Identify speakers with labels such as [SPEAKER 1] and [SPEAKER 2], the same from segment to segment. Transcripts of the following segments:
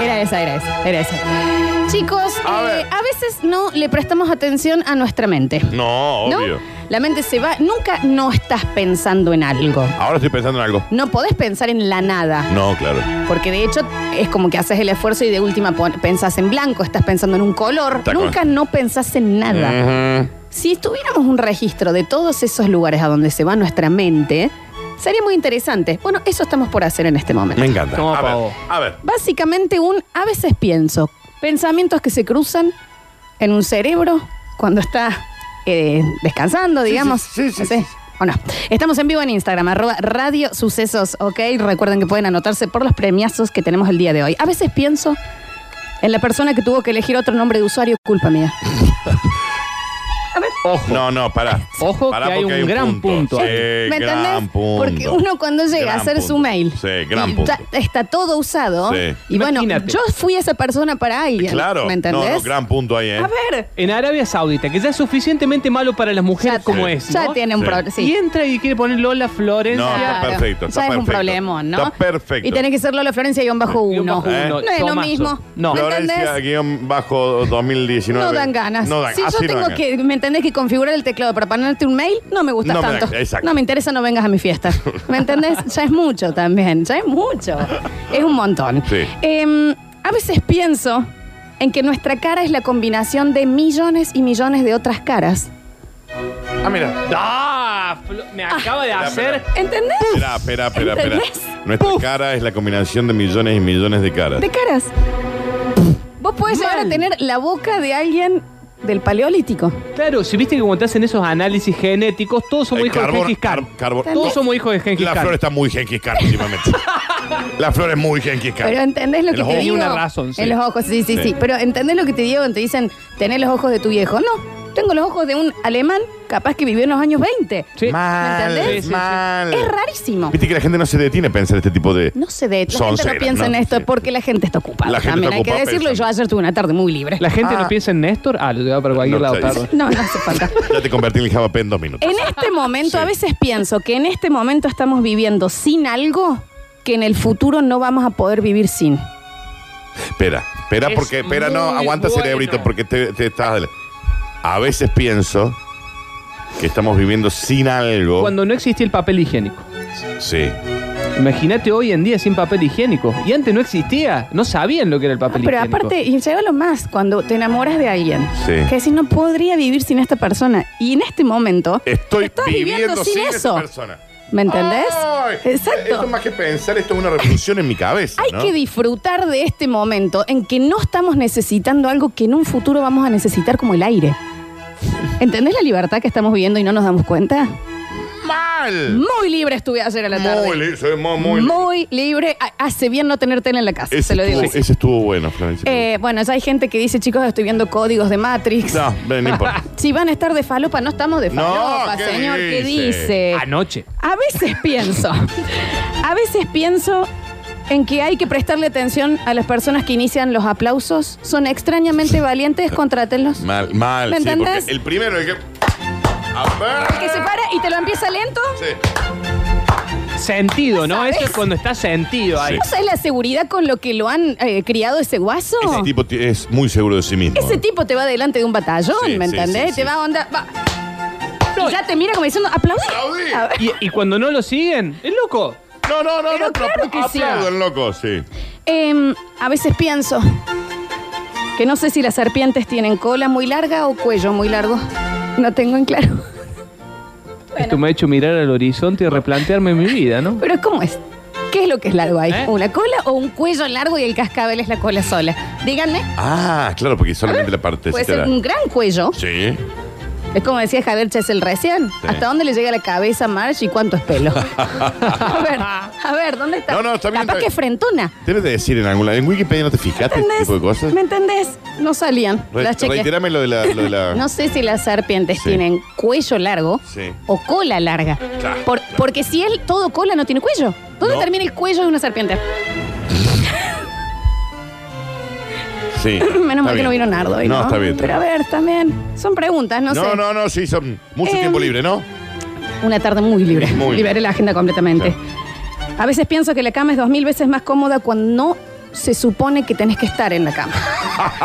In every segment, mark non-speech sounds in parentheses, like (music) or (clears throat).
[SPEAKER 1] Era esa, era esa, era esa. Chicos,
[SPEAKER 2] A
[SPEAKER 1] eh,
[SPEAKER 2] ver.
[SPEAKER 1] a veces no le prestamos atención a nuestra mente.
[SPEAKER 2] No,
[SPEAKER 1] ¿no?
[SPEAKER 2] obvio.
[SPEAKER 1] La mente se va, nunca no estás pensando en algo.
[SPEAKER 2] Ahora estoy pensando en algo.
[SPEAKER 1] No podés pensar en la nada,
[SPEAKER 2] No, claro.
[SPEAKER 1] porque de hecho es como que haces el esfuerzo y de última pon- pensás en blanco, estás pensando en un color,
[SPEAKER 2] Está
[SPEAKER 1] nunca
[SPEAKER 2] con-
[SPEAKER 1] no pensás en nada.
[SPEAKER 2] Ujú.
[SPEAKER 1] Si tuviéramos un registro de todos esos lugares a donde se va nuestra mente, sería muy interesante. Bueno, eso estamos por hacer en este momento.
[SPEAKER 2] Me encanta.
[SPEAKER 3] Toma,
[SPEAKER 2] a, ver,
[SPEAKER 3] pavo.
[SPEAKER 2] a ver,
[SPEAKER 1] Básicamente un a veces pienso, pensamientos que se cruzan en un cerebro cuando está eh, descansando, digamos.
[SPEAKER 2] sí, sí,
[SPEAKER 1] No
[SPEAKER 2] sí,
[SPEAKER 1] sé,
[SPEAKER 2] sí.
[SPEAKER 1] ¿O no? Estamos en vivo en Instagram, arroba Radio Sucesos, ¿ok? Recuerden que pueden anotarse por los premiazos que tenemos el día de hoy. A veces pienso en la persona que tuvo que elegir otro nombre de usuario, culpa mía.
[SPEAKER 3] Ojo.
[SPEAKER 2] No, no, pará.
[SPEAKER 3] Ojo
[SPEAKER 2] Pará
[SPEAKER 3] que hay
[SPEAKER 2] porque
[SPEAKER 3] un gran punto.
[SPEAKER 2] Sí,
[SPEAKER 1] ¿Me
[SPEAKER 2] gran
[SPEAKER 1] entendés?
[SPEAKER 2] punto.
[SPEAKER 1] Porque uno cuando llega a
[SPEAKER 2] Gran
[SPEAKER 1] hacer
[SPEAKER 2] punto.
[SPEAKER 1] su mail
[SPEAKER 2] Sí, gran
[SPEAKER 1] y
[SPEAKER 2] punto.
[SPEAKER 1] ta- está todo usado.
[SPEAKER 2] Sí.
[SPEAKER 1] Y bueno,
[SPEAKER 3] Imagínate.
[SPEAKER 1] yo fui esa persona para alguien.
[SPEAKER 2] Claro.
[SPEAKER 1] ¿Me entendés?
[SPEAKER 2] No, no, gran punto ahí, ¿eh?
[SPEAKER 1] A ver,
[SPEAKER 3] En Arabia Saudita, que ya es suficientemente malo para las mujeres
[SPEAKER 1] Ya-
[SPEAKER 3] como
[SPEAKER 2] Sí.
[SPEAKER 3] es.
[SPEAKER 1] ya
[SPEAKER 3] ¿no?
[SPEAKER 1] tiene un
[SPEAKER 2] Sí.
[SPEAKER 1] problema.
[SPEAKER 3] Y entra y quiere poner Lola Florencia.
[SPEAKER 2] No, está
[SPEAKER 1] Claro.
[SPEAKER 2] perfecto. Está
[SPEAKER 1] ya es
[SPEAKER 2] perfecto.
[SPEAKER 1] un problema, ¿no?
[SPEAKER 2] Está perfecto.
[SPEAKER 1] Y tenés que ser Lola Florencia guión bajo
[SPEAKER 3] Guión
[SPEAKER 1] uno.
[SPEAKER 3] bajo
[SPEAKER 2] ¿Eh?
[SPEAKER 3] uno,
[SPEAKER 1] No es lo
[SPEAKER 3] Tomaso.
[SPEAKER 1] mismo.
[SPEAKER 3] No.
[SPEAKER 1] ¿Me
[SPEAKER 2] Florencia,
[SPEAKER 1] entendés?
[SPEAKER 2] guión bajo 2019.
[SPEAKER 1] No dan ganas.
[SPEAKER 2] No dan
[SPEAKER 1] si yo
[SPEAKER 2] así no dan
[SPEAKER 1] tengo
[SPEAKER 2] ganas.
[SPEAKER 1] que, ¿me entendés? Que configurar el teclado para ponerte un mail, no me gusta
[SPEAKER 2] No me
[SPEAKER 1] tanto.
[SPEAKER 2] da- exacto.
[SPEAKER 1] No me interesa, no vengas a mi fiesta. ¿Me
[SPEAKER 2] (laughs)
[SPEAKER 1] entendés? ya es mucho también, ya es mucho. Es un montón.
[SPEAKER 2] Sí.
[SPEAKER 1] Em, a veces pienso en que nuestra cara es la combinación de millones y millones de otras caras.
[SPEAKER 2] Ah, mira.
[SPEAKER 3] Ah, Flo- me acaba de
[SPEAKER 2] espera,
[SPEAKER 3] hacer.
[SPEAKER 2] espera.
[SPEAKER 1] ¿Entendés?
[SPEAKER 2] Espera, espera, espera, espera.
[SPEAKER 1] ¿Entendés?
[SPEAKER 2] Nuestra cara es la combinación de millones y millones de caras.
[SPEAKER 1] De caras. Vos podés
[SPEAKER 3] Mal.
[SPEAKER 1] llegar a tener la boca de alguien del paleolítico.
[SPEAKER 3] Claro, si viste que cuando te hacen esos análisis genéticos, todos somos
[SPEAKER 2] El
[SPEAKER 3] hijos de
[SPEAKER 2] carbón-
[SPEAKER 3] Genghis Khan.
[SPEAKER 2] car- carbón-
[SPEAKER 3] Todos somos hijos de Genghis
[SPEAKER 2] La
[SPEAKER 3] Khan.
[SPEAKER 2] flor está muy Genghis Khan últimamente. la flor es muy Genghis Khan.
[SPEAKER 1] Pero entendés lo
[SPEAKER 2] En
[SPEAKER 1] que
[SPEAKER 2] los
[SPEAKER 1] te
[SPEAKER 2] ojos.
[SPEAKER 1] digo.
[SPEAKER 3] Tenía una razón, sí.
[SPEAKER 1] En los ojos, sí, sí, sí,
[SPEAKER 2] Sí.
[SPEAKER 1] Pero entendés lo que te digo cuando te dicen tenés los ojos de tu viejo. No, tengo los ojos de un alemán capaz que vivió en los años 20.
[SPEAKER 3] Sí.
[SPEAKER 2] Mal,
[SPEAKER 1] ¿Me
[SPEAKER 3] entendés?
[SPEAKER 2] mal.
[SPEAKER 1] Es rarísimo.
[SPEAKER 2] Viste que la gente no se detiene a pensar este tipo de...
[SPEAKER 1] No se de La
[SPEAKER 2] Son
[SPEAKER 1] gente no
[SPEAKER 2] ceras,
[SPEAKER 1] piensa en
[SPEAKER 2] ¿no?
[SPEAKER 1] esto
[SPEAKER 2] Sí.
[SPEAKER 1] porque la gente está ocupada.
[SPEAKER 2] La gente
[SPEAKER 1] También
[SPEAKER 2] está
[SPEAKER 1] hay que
[SPEAKER 2] ocupada
[SPEAKER 1] decirlo. y Yo
[SPEAKER 2] pensando.
[SPEAKER 1] ayer tuve una tarde muy libre.
[SPEAKER 3] La gente
[SPEAKER 2] Ah.
[SPEAKER 3] no piensa en Néstor. Ah, lo lleva para cualquier
[SPEAKER 2] No,
[SPEAKER 3] lado.
[SPEAKER 2] sí.
[SPEAKER 3] perdón.
[SPEAKER 1] (laughs) No, no hace falta.
[SPEAKER 2] Ya te convertí en el JavaP en dos minutos.
[SPEAKER 1] En este momento,
[SPEAKER 2] Sí.
[SPEAKER 1] a veces pienso que en este momento estamos viviendo sin algo que en el futuro no vamos a poder vivir sin.
[SPEAKER 2] Espera, espera
[SPEAKER 3] Es
[SPEAKER 2] porque... Espera, no,
[SPEAKER 3] muy
[SPEAKER 2] aguanta
[SPEAKER 3] bueno.
[SPEAKER 2] cerebrito porque te, te estás... A veces pienso que estamos viviendo sin algo.
[SPEAKER 3] Cuando no existía el papel higiénico.
[SPEAKER 2] Sí.
[SPEAKER 3] Imagínate hoy en día sin papel higiénico. Y antes no existía. No sabían lo que era el
[SPEAKER 1] Ah,
[SPEAKER 3] papel
[SPEAKER 1] pero
[SPEAKER 3] higiénico.
[SPEAKER 1] aparte, y llévalo más, cuando te enamoras de alguien,
[SPEAKER 2] Sí.
[SPEAKER 1] que decís, no podría vivir sin esta persona. Y en este momento,
[SPEAKER 2] Estoy
[SPEAKER 1] Estás
[SPEAKER 2] viviendo, sin, esa
[SPEAKER 1] eso.
[SPEAKER 2] persona.
[SPEAKER 1] ¿me entendés?
[SPEAKER 2] Ay, Esto
[SPEAKER 1] Exacto.
[SPEAKER 2] más que pensar, esto es una revolución en mi cabeza.
[SPEAKER 1] Hay
[SPEAKER 2] ¿no?
[SPEAKER 1] que disfrutar de este momento en que no estamos necesitando algo que en un futuro vamos a necesitar como el aire. ¿Entendés la libertad que estamos viviendo y no nos damos cuenta?
[SPEAKER 2] mal.
[SPEAKER 1] Muy libre estuve ayer a la tarde.
[SPEAKER 2] Muy, li- soy muy, muy
[SPEAKER 1] Muy,
[SPEAKER 2] li-
[SPEAKER 1] libre. Ha- Hace bien no tener tele en la casa,
[SPEAKER 2] Ese,
[SPEAKER 1] se lo digo.
[SPEAKER 2] estuvo,
[SPEAKER 1] así.
[SPEAKER 2] ese estuvo bueno, Florencia.
[SPEAKER 1] Eh, bueno, ya hay gente que dice, chicos, estoy viendo códigos de Matrix.
[SPEAKER 2] no,
[SPEAKER 1] (laughs)
[SPEAKER 2] no, no importa.
[SPEAKER 1] Si van a estar de falopa, no estamos de
[SPEAKER 2] No,
[SPEAKER 1] falopa,
[SPEAKER 2] ¿qué
[SPEAKER 1] señor. ¿Qué
[SPEAKER 2] dice? Ah,
[SPEAKER 1] dice?
[SPEAKER 3] Anoche.
[SPEAKER 1] A veces (laughs) pienso, a veces pienso en que hay que prestarle atención a las personas que inician los aplausos. Son extrañamente valientes, contrátenlos.
[SPEAKER 2] Mal, mal.
[SPEAKER 1] ¿Me
[SPEAKER 2] sí, porque
[SPEAKER 1] entendés?
[SPEAKER 2] el primero el que. A ver.
[SPEAKER 1] Que se para y te lo empieza lento.
[SPEAKER 2] Sí.
[SPEAKER 3] Sentido, ¿no?
[SPEAKER 1] ¿Sabes?
[SPEAKER 3] Eso es cuando está sentido ahí.
[SPEAKER 2] Sí.
[SPEAKER 1] ¿Vos sabés la seguridad con lo que lo han eh, criado ese guaso?
[SPEAKER 2] Ese tipo ti- es muy seguro de sí mismo.
[SPEAKER 1] Ese tipo te va delante de un batallón,
[SPEAKER 2] Sí,
[SPEAKER 1] ¿me
[SPEAKER 2] sí,
[SPEAKER 1] entendés?
[SPEAKER 2] sí,
[SPEAKER 1] te
[SPEAKER 2] sí.
[SPEAKER 1] va a onda. va. Y ya te mira como diciendo, aplaudí.
[SPEAKER 2] Aplaudí.
[SPEAKER 1] A ver.
[SPEAKER 3] Y, y cuando no lo siguen, es loco.
[SPEAKER 2] No, no, no,
[SPEAKER 1] Pero
[SPEAKER 2] no.
[SPEAKER 1] claro
[SPEAKER 2] pero
[SPEAKER 1] que sí.
[SPEAKER 2] aplaudo al loco, sí.
[SPEAKER 1] Em, a veces pienso que no sé si las serpientes tienen cola muy larga o cuello muy largo. No tengo en claro.
[SPEAKER 3] Esto me ha hecho mirar al horizonte y replantearme mi vida, ¿no?
[SPEAKER 1] Pero ¿cómo es? ¿Qué es lo que es largo ahí?
[SPEAKER 3] ¿Eh?
[SPEAKER 1] ¿Una cola o un cuello largo y el cascabel es la cola sola? Díganme.
[SPEAKER 2] Ah, claro, porque solamente la parte
[SPEAKER 1] Puede ser un gran cuello.
[SPEAKER 2] Sí.
[SPEAKER 1] Es como decía Javier Chesel recién. ¿Hasta dónde le llega la cabeza a Marge y cuánto es
[SPEAKER 2] (laughs)
[SPEAKER 1] pelo? a ver, a ver, ¿dónde está?
[SPEAKER 2] No, no, está bien,
[SPEAKER 1] Capaz
[SPEAKER 2] está
[SPEAKER 1] que
[SPEAKER 2] bien.
[SPEAKER 1] es frentona.
[SPEAKER 2] Debes de decir en algún lado. En Wikipedia no te fijaste este
[SPEAKER 1] ¿Entendés?
[SPEAKER 2] tipo de cosas.
[SPEAKER 1] ¿Me entendés? No salían.
[SPEAKER 2] Re-
[SPEAKER 1] Las chequeé.
[SPEAKER 2] reiterame lo de la. Lo de
[SPEAKER 1] (laughs)
[SPEAKER 2] la...
[SPEAKER 1] No sé si las serpientes
[SPEAKER 2] Sí.
[SPEAKER 1] tienen cuello largo
[SPEAKER 2] Sí.
[SPEAKER 1] o cola larga.
[SPEAKER 2] Claro,
[SPEAKER 1] Por-
[SPEAKER 2] claro.
[SPEAKER 1] Porque si él todo cola no tiene cuello. ¿Dónde
[SPEAKER 2] No.
[SPEAKER 1] termina el cuello de una serpiente?
[SPEAKER 2] Sí.
[SPEAKER 1] (laughs) Menos mal
[SPEAKER 2] Está
[SPEAKER 1] que no
[SPEAKER 2] bien.
[SPEAKER 1] vino Nardo hoy, ¿no?
[SPEAKER 2] No, está bien. está
[SPEAKER 1] Pero a ver, también. Son preguntas, no,
[SPEAKER 2] No,
[SPEAKER 1] sé.
[SPEAKER 2] no, no, sí, son mucho
[SPEAKER 1] Em,
[SPEAKER 2] tiempo libre, ¿no?
[SPEAKER 1] Una tarde muy libre.
[SPEAKER 2] Muy
[SPEAKER 1] Liberé la agenda completamente. A veces pienso que la cama es dos mil veces más cómoda cuando no se supone que tenés que estar en la
[SPEAKER 2] (laughs)
[SPEAKER 1] cama.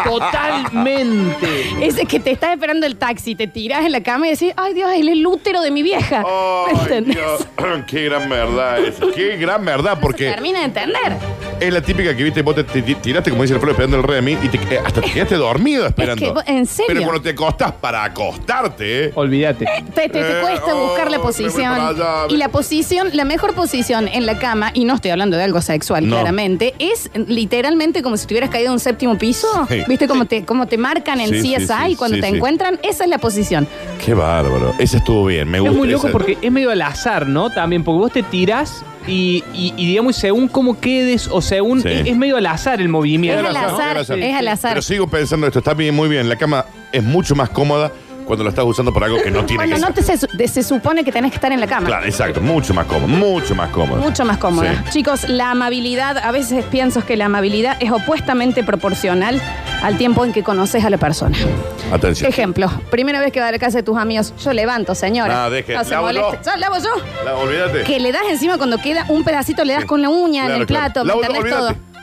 [SPEAKER 3] Totalmente.
[SPEAKER 1] Ese que te estás esperando el taxi, te tirás en la cama y decís, ay Dios, él es el útero de mi vieja.
[SPEAKER 2] Ay,
[SPEAKER 1] ¿Me entendés?
[SPEAKER 2] Dios, (clears throat) qué gran verdad es. Qué gran verdad,
[SPEAKER 1] Se
[SPEAKER 2] porque
[SPEAKER 1] Termina de entender.
[SPEAKER 2] es la típica que viste, vos te, te tiraste, como dice el pueblo, esperando el remi y te- eh, hasta te quedaste dormido esperando.
[SPEAKER 1] vos- ¿en serio?
[SPEAKER 2] Pero cuando te acostás para acostarte,
[SPEAKER 3] Olvídate.
[SPEAKER 1] Te, te- te
[SPEAKER 2] Eh,
[SPEAKER 1] cuesta
[SPEAKER 2] oh,
[SPEAKER 1] buscar la
[SPEAKER 2] me voy para
[SPEAKER 1] posición.
[SPEAKER 2] allá.
[SPEAKER 1] Y la posición, la mejor posición en la cama, y no estoy hablando de algo sexual,
[SPEAKER 2] No.
[SPEAKER 1] claramente, es literalmente como si te hubieras caído de un séptimo piso.
[SPEAKER 2] Sí.
[SPEAKER 1] ¿Viste cómo te, cómo te marcan en
[SPEAKER 2] Sí, sí,
[SPEAKER 1] CSI
[SPEAKER 2] sí,
[SPEAKER 1] cuando
[SPEAKER 2] sí,
[SPEAKER 1] te
[SPEAKER 2] sí.
[SPEAKER 1] encuentran? Esa es la posición.
[SPEAKER 2] qué bárbaro. Ese estuvo bien, me
[SPEAKER 3] Es
[SPEAKER 2] gusta.
[SPEAKER 3] muy loco
[SPEAKER 2] ese-
[SPEAKER 3] porque es medio al azar, ¿no? También, porque vos te tirás y, y- y, digamos, según cómo quedes o según.
[SPEAKER 2] Sí.
[SPEAKER 3] Es, es medio al azar el
[SPEAKER 1] Es
[SPEAKER 3] movimiento.
[SPEAKER 1] al
[SPEAKER 2] razón,
[SPEAKER 1] azar,
[SPEAKER 2] tenés razón.
[SPEAKER 1] es al azar.
[SPEAKER 2] Pero sigo pensando esto, está bien, muy bien. La cama es mucho más cómoda cuando la estás usando para algo que no tiene
[SPEAKER 1] Bueno,
[SPEAKER 2] que
[SPEAKER 1] no te
[SPEAKER 2] ser.
[SPEAKER 1] se, te- se supone que tenés que estar en la cama.
[SPEAKER 2] Claro, exacto, mucho más cómodo, mucho más cómodo.
[SPEAKER 1] Mucho más cómoda.
[SPEAKER 2] Sí.
[SPEAKER 1] Chicos, la amabilidad, a veces pienso que la amabilidad es opuestamente proporcional al tiempo en que conoces a la persona.
[SPEAKER 2] Atención.
[SPEAKER 1] Ejemplo, primera vez que va a la casa de tus amigos, yo levanto, señora.
[SPEAKER 2] No, deje,
[SPEAKER 1] se
[SPEAKER 2] lavo yo.
[SPEAKER 1] moleste. Yo lavo yo.
[SPEAKER 2] La- olvídate.
[SPEAKER 1] Que le das encima cuando queda un pedacito, le das
[SPEAKER 2] Sí.
[SPEAKER 1] con la uña en
[SPEAKER 2] Claro,
[SPEAKER 1] el
[SPEAKER 2] claro.
[SPEAKER 1] plato, ¿me
[SPEAKER 2] Lavo yo,
[SPEAKER 1] entendés todo?
[SPEAKER 2] olvídate.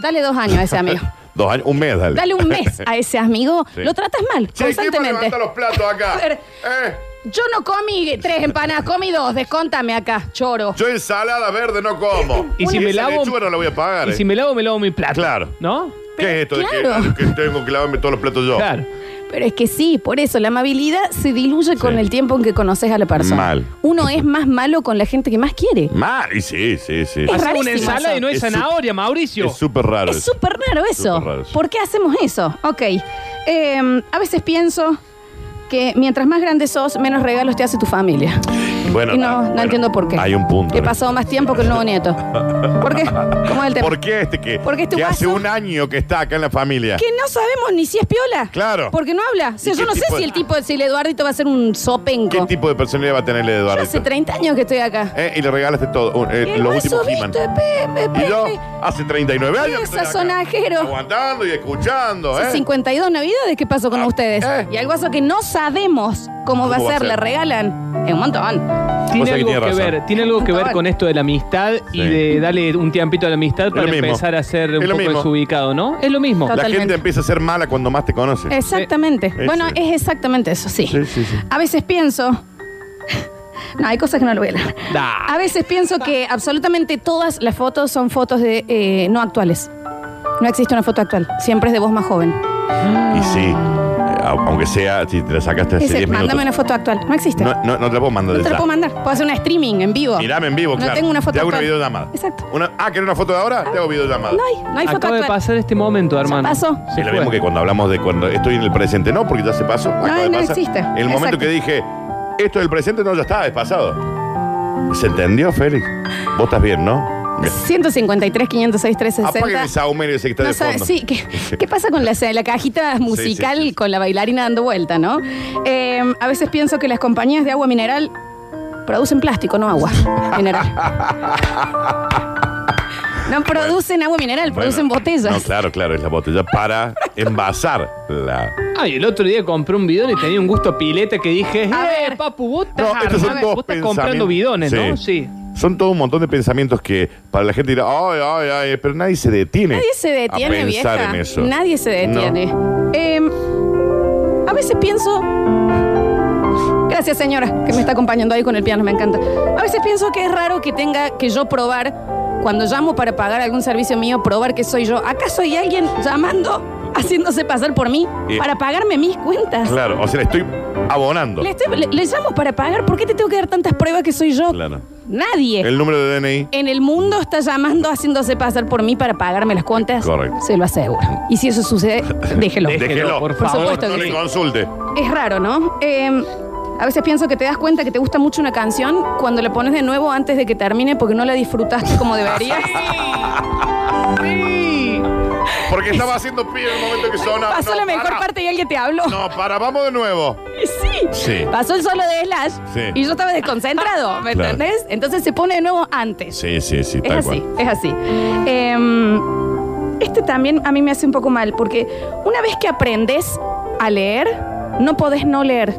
[SPEAKER 1] Dale dos años a ese
[SPEAKER 2] (laughs)
[SPEAKER 1] amigo.
[SPEAKER 2] Dos años, un mes, dale.
[SPEAKER 1] Dale un mes a ese amigo.
[SPEAKER 2] Sí.
[SPEAKER 1] Lo tratas mal,
[SPEAKER 2] Che, ¿quién me
[SPEAKER 1] constantemente.
[SPEAKER 2] levanta los platos
[SPEAKER 1] (laughs)
[SPEAKER 2] acá?
[SPEAKER 1] A ver.
[SPEAKER 2] Eh,
[SPEAKER 1] Yo no comí tres empanadas, comí dos. Descóntame acá, choro.
[SPEAKER 2] yo ensalada verde no como.
[SPEAKER 3] Y si me
[SPEAKER 2] Esa
[SPEAKER 3] lavo-
[SPEAKER 2] lechuga no la voy a pagar.
[SPEAKER 3] Y
[SPEAKER 2] eh.
[SPEAKER 3] si me lavo, me lavo mi plato.
[SPEAKER 2] Claro.
[SPEAKER 3] ¿No?
[SPEAKER 2] ¿Qué es esto de
[SPEAKER 1] Claro.
[SPEAKER 2] que, que tengo que lavarme todos los platos yo?
[SPEAKER 3] Claro.
[SPEAKER 1] Pero es que sí, por eso la amabilidad se diluye con
[SPEAKER 2] Sí.
[SPEAKER 1] el tiempo en que conoces a la persona.
[SPEAKER 2] Mal.
[SPEAKER 1] Uno es más malo con la gente que más quiere.
[SPEAKER 2] Mal, y sí, sí, sí.
[SPEAKER 1] Es
[SPEAKER 3] Hacemos
[SPEAKER 1] rarísimo
[SPEAKER 3] una ensalada
[SPEAKER 1] eso.
[SPEAKER 3] y no hay
[SPEAKER 2] Es su-
[SPEAKER 3] zanahoria, Mauricio.
[SPEAKER 2] Es súper raro.
[SPEAKER 1] Es
[SPEAKER 2] eso.
[SPEAKER 1] súper raro eso.
[SPEAKER 2] Súper raro eso.
[SPEAKER 1] ¿Por qué hacemos eso? Ok. Eh, a veces pienso que mientras más grande sos, menos regalos te hace tu familia.
[SPEAKER 2] Bueno,
[SPEAKER 1] y no, no
[SPEAKER 2] bueno,
[SPEAKER 1] entiendo por qué.
[SPEAKER 2] Hay un punto.
[SPEAKER 1] He
[SPEAKER 2] ¿no?
[SPEAKER 1] pasado más tiempo que el nuevo nieto. ¿Por qué? ¿Cómo es el tema?
[SPEAKER 2] ¿Por qué este que,
[SPEAKER 1] Porque este
[SPEAKER 2] que hace
[SPEAKER 1] guaso-
[SPEAKER 2] un año que está acá en la familia?
[SPEAKER 1] Que no sabemos ni si es piola.
[SPEAKER 2] Claro.
[SPEAKER 1] Porque no habla. O sea,
[SPEAKER 2] ¿Y
[SPEAKER 1] yo
[SPEAKER 2] qué
[SPEAKER 1] no sé
[SPEAKER 2] tipo
[SPEAKER 1] si
[SPEAKER 2] de-
[SPEAKER 1] el tipo, si el Eduardito va a ser un
[SPEAKER 2] ¿Qué
[SPEAKER 1] sopenco.
[SPEAKER 2] tipo de personalidad va a tener el
[SPEAKER 1] Yo
[SPEAKER 2] Eduardo?
[SPEAKER 1] hace 30 años que estoy acá.
[SPEAKER 2] Eh, y le regalaste todo, un- eh,
[SPEAKER 1] Y el
[SPEAKER 2] los
[SPEAKER 1] guaso,
[SPEAKER 2] últimos He-Man.
[SPEAKER 1] viste, pe- pe-
[SPEAKER 2] Y yo,
[SPEAKER 1] pe-
[SPEAKER 2] hace 39 años. que
[SPEAKER 1] Qué
[SPEAKER 2] estoy acá,
[SPEAKER 1] sazonajero.
[SPEAKER 2] Aguantando y escuchando,
[SPEAKER 1] Hace
[SPEAKER 2] ¿eh?
[SPEAKER 1] 52 navidades, ¿qué pasó con
[SPEAKER 2] Ah,
[SPEAKER 1] ustedes?
[SPEAKER 2] eh.
[SPEAKER 1] Y al guaso que no sabemos cómo, va a ser, le regalan. Es un montón.
[SPEAKER 2] Vos sabés
[SPEAKER 3] Tiene
[SPEAKER 2] que
[SPEAKER 3] algo que,
[SPEAKER 2] tiene razón.
[SPEAKER 3] ver, tiene algo que ver con esto de la amistad
[SPEAKER 2] Sí.
[SPEAKER 3] y de darle un tiempito a la amistad para
[SPEAKER 2] lo mismo.
[SPEAKER 3] empezar a ser un
[SPEAKER 2] Es lo
[SPEAKER 3] poco
[SPEAKER 2] mismo.
[SPEAKER 3] desubicado, ¿no? Es lo mismo.
[SPEAKER 1] Total.
[SPEAKER 2] La
[SPEAKER 1] Totalmente.
[SPEAKER 2] gente empieza a ser mala cuando más te conoce.
[SPEAKER 1] Exactamente.
[SPEAKER 2] Eh,
[SPEAKER 1] bueno,
[SPEAKER 2] ese.
[SPEAKER 1] es exactamente eso, sí.
[SPEAKER 2] Sí, sí, sí.
[SPEAKER 1] A veces pienso. (laughs) No, hay cosas que no lo voy a leer.
[SPEAKER 3] Da.
[SPEAKER 1] A veces pienso que absolutamente todas las fotos son fotos de eh, no actuales. No existe una foto actual. Siempre es de vos más joven.
[SPEAKER 2] Y sí, eh, au- aunque sea, si te la sacaste hace
[SPEAKER 1] Dice,
[SPEAKER 2] 10
[SPEAKER 1] mándame
[SPEAKER 2] minutos.
[SPEAKER 1] una foto actual. No existe.
[SPEAKER 2] No, no, no te la puedo mandar
[SPEAKER 1] No te
[SPEAKER 2] de
[SPEAKER 1] la
[SPEAKER 2] ya.
[SPEAKER 1] puedo mandar. Puedo hacer una streaming en vivo.
[SPEAKER 2] Mirame en vivo,
[SPEAKER 1] No
[SPEAKER 2] claro.
[SPEAKER 1] tengo una foto
[SPEAKER 2] Te hago una
[SPEAKER 1] actual.
[SPEAKER 2] videollamada.
[SPEAKER 1] Exacto.
[SPEAKER 2] Una, ah, ¿querés una foto de ahora? Te hago videollamada.
[SPEAKER 1] No hay, no hay foto
[SPEAKER 3] Acaba de
[SPEAKER 1] actual.
[SPEAKER 3] pasar este momento, hermano.
[SPEAKER 1] pasó.
[SPEAKER 3] Se
[SPEAKER 2] es lo
[SPEAKER 3] fue.
[SPEAKER 2] mismo que cuando hablamos de cuando estoy en el presente, no, porque ya se pasó. acaba de
[SPEAKER 1] no
[SPEAKER 2] pasar.
[SPEAKER 1] existe.
[SPEAKER 2] El momento
[SPEAKER 1] Exacto.
[SPEAKER 2] que dije, esto es el presente, no, ya está, es pasado. ¿Se entendió, Félix? Vos estás bien, ¿no? Bien.
[SPEAKER 1] 153, 506, 360.
[SPEAKER 2] Apaguen el saumerio ese que está
[SPEAKER 1] No
[SPEAKER 2] de
[SPEAKER 1] sabe-
[SPEAKER 2] fondo.
[SPEAKER 1] sí,
[SPEAKER 2] (laughs)
[SPEAKER 1] ¿qué, qué pasa con la, la cajita musical
[SPEAKER 2] Sí, sí, sí.
[SPEAKER 1] con la bailarina dando vuelta, no? Eh, a veces pienso que las compañías de agua mineral producen plástico, no agua
[SPEAKER 2] (laughs)
[SPEAKER 1] mineral. No producen agua mineral,
[SPEAKER 2] Bueno,
[SPEAKER 1] producen botellas.
[SPEAKER 2] No, claro, claro, es la botella
[SPEAKER 1] (laughs)
[SPEAKER 2] para envasar la.
[SPEAKER 3] Ay, el otro día compré un bidón y tenía un gusto pileta que dije,
[SPEAKER 1] A
[SPEAKER 3] eh,
[SPEAKER 1] ver.
[SPEAKER 3] papu, vos estás,
[SPEAKER 2] No, estos son
[SPEAKER 3] armando-
[SPEAKER 2] todos
[SPEAKER 3] vos estás comprando
[SPEAKER 2] pensamientos-
[SPEAKER 3] bidones, ¿no?
[SPEAKER 2] Sí.
[SPEAKER 3] Sí.
[SPEAKER 2] Son todo un montón de pensamientos que para la gente dirá, ay, ay, ay, pero nadie se detiene.
[SPEAKER 1] Nadie se detiene,
[SPEAKER 2] a pensar
[SPEAKER 1] vieja.
[SPEAKER 2] en eso.
[SPEAKER 1] Nadie se detiene.
[SPEAKER 2] No.
[SPEAKER 1] Eh, a veces pienso. Gracias, señora, que me está acompañando ahí con el piano, me encanta. A veces pienso que es raro que tenga que yo probar, cuando llamo para pagar algún servicio mío, probar que soy yo. ¿Acaso hay alguien llamando, haciéndose pasar por mí,
[SPEAKER 2] Eh,
[SPEAKER 1] para pagarme mis cuentas?
[SPEAKER 2] Claro, o sea, le estoy abonando.
[SPEAKER 1] Le, estoy- le- le llamo para pagar, ¿por qué te tengo que dar tantas pruebas que soy yo?
[SPEAKER 2] Claro.
[SPEAKER 1] Nadie
[SPEAKER 2] El número de DNI.
[SPEAKER 1] en el mundo está llamando haciéndose pasar por mí para pagarme las cuentas,
[SPEAKER 2] Correcto.
[SPEAKER 1] se lo aseguro. Y si eso
[SPEAKER 2] (laughs)
[SPEAKER 1] sucede, déjelo.
[SPEAKER 2] Déjelo,
[SPEAKER 3] por
[SPEAKER 1] Por
[SPEAKER 3] favor.
[SPEAKER 1] supuesto
[SPEAKER 2] No
[SPEAKER 1] que
[SPEAKER 2] le
[SPEAKER 1] sí.
[SPEAKER 2] consulte.
[SPEAKER 1] Es raro, ¿no? Eh, a veces pienso que te das cuenta que te gusta mucho una canción cuando la pones de nuevo antes de que termine porque no la disfrutaste como
[SPEAKER 2] (laughs)
[SPEAKER 1] deberías.
[SPEAKER 3] Sí.
[SPEAKER 2] Porque estaba haciendo pie en el momento que sonaba.
[SPEAKER 1] Pasó
[SPEAKER 2] No,
[SPEAKER 1] la mejor
[SPEAKER 2] para.
[SPEAKER 1] parte y alguien te habló.
[SPEAKER 2] No, para, vamos de nuevo.
[SPEAKER 1] (laughs) Sí.
[SPEAKER 2] Sí.
[SPEAKER 1] Pasó el solo de Slash
[SPEAKER 2] Sí.
[SPEAKER 1] y yo estaba desconcentrado, ¿me
[SPEAKER 2] Claro.
[SPEAKER 1] entendés? Entonces se pone de nuevo antes.
[SPEAKER 2] Sí, sí, sí,
[SPEAKER 1] Es
[SPEAKER 2] tal
[SPEAKER 1] así,
[SPEAKER 2] cual.
[SPEAKER 1] es así. Em, este también a mí me hace un poco mal, porque una vez que aprendes a leer, no podés no leer.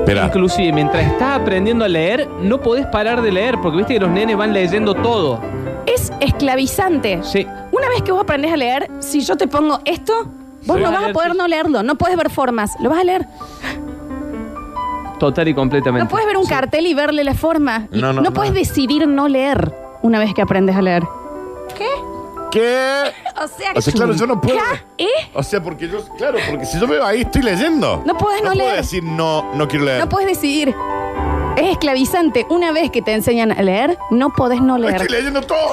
[SPEAKER 2] Espera.
[SPEAKER 3] Inclusive, mientras estás aprendiendo a leer, no podés parar de leer, porque viste que los nenes van leyendo todo.
[SPEAKER 1] es esclavizante.
[SPEAKER 3] Sí.
[SPEAKER 1] Una vez que vos aprendés a leer, si yo te pongo esto, vos
[SPEAKER 3] Sí.
[SPEAKER 1] no vas a poder no leerlo, no puedes ver formas, lo vas a leer.
[SPEAKER 3] Total y completamente.
[SPEAKER 1] No puedes ver un
[SPEAKER 3] Sí.
[SPEAKER 1] cartel y verle la forma. Y
[SPEAKER 2] No,
[SPEAKER 1] no,
[SPEAKER 2] no, no.
[SPEAKER 1] puedes decidir no leer una vez que aprendes a leer. ¿Qué?
[SPEAKER 2] ¿Qué?
[SPEAKER 1] O sea,
[SPEAKER 2] O sea, claro, yo no puedo.
[SPEAKER 1] ¿Qué? ¿Eh?
[SPEAKER 2] O sea, porque yo, claro, porque si yo veo ahí, estoy leyendo.
[SPEAKER 1] No podés no
[SPEAKER 2] puedo
[SPEAKER 1] leer.
[SPEAKER 2] decir no, no quiero leer.
[SPEAKER 1] No puedes decidir. Es esclavizante. Una vez que te enseñan a leer, no podés no leer.
[SPEAKER 2] Estoy leyendo todo.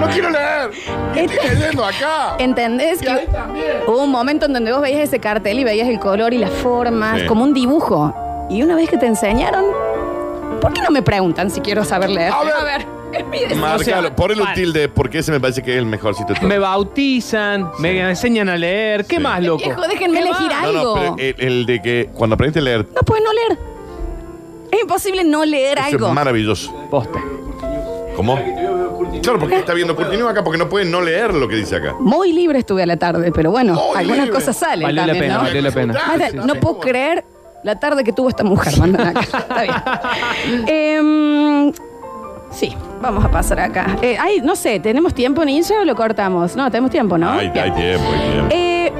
[SPEAKER 2] no
[SPEAKER 1] (laughs)
[SPEAKER 2] quiero leer. Y Estoy
[SPEAKER 1] Este-
[SPEAKER 2] leyendo acá.
[SPEAKER 1] ¿Entendés?
[SPEAKER 2] Y ahí
[SPEAKER 1] Que
[SPEAKER 2] también.
[SPEAKER 1] hubo un momento en donde vos veías ese cartel y veías el color y las formas,
[SPEAKER 2] Sí.
[SPEAKER 1] como un dibujo. Y una vez que te enseñaron, ¿por qué no me preguntan si quiero saber leer?
[SPEAKER 2] A ver.
[SPEAKER 1] es mi decisión.
[SPEAKER 2] Márcalo, ponle un
[SPEAKER 3] para.
[SPEAKER 2] tilde, porque ese me parece que es el mejorcito de todo.
[SPEAKER 3] Me bautizan, me enseñan a leer. ¿Qué
[SPEAKER 2] Sí.
[SPEAKER 3] más, loco?
[SPEAKER 1] Viejo, déjenme
[SPEAKER 3] ¿Qué
[SPEAKER 1] elegir
[SPEAKER 3] más?
[SPEAKER 2] No, no,
[SPEAKER 1] algo.
[SPEAKER 2] pero eh, el, el de que cuando aprendiste a leer,
[SPEAKER 1] No puedes no leer. Es imposible no leer
[SPEAKER 2] eso
[SPEAKER 1] algo.
[SPEAKER 2] es maravilloso.
[SPEAKER 3] Posta.
[SPEAKER 2] ¿Cómo? Claro, porque está viendo Curtinio acá, porque no puede no leer lo que dice acá.
[SPEAKER 1] Muy libre estuve a la tarde, pero bueno,
[SPEAKER 2] Muy
[SPEAKER 1] algunas
[SPEAKER 2] libre.
[SPEAKER 1] cosas salen
[SPEAKER 3] Valió la
[SPEAKER 1] también,
[SPEAKER 3] pena,
[SPEAKER 1] ¿no?
[SPEAKER 3] valió la pena.
[SPEAKER 2] Ah,
[SPEAKER 1] Basta,
[SPEAKER 2] sí,
[SPEAKER 1] no
[SPEAKER 2] sí.
[SPEAKER 1] puedo creer la tarde que tuvo esta mujer. mandan acá. Está
[SPEAKER 2] (laughs)
[SPEAKER 1] bien. Em, sí, vamos a pasar acá. Eh, ay, no sé, ¿tenemos tiempo, Ninja, o lo cortamos? No, tenemos tiempo, ¿no?
[SPEAKER 2] Ay,
[SPEAKER 1] Bien.
[SPEAKER 2] hay tiempo, hay tiempo.
[SPEAKER 1] Eh,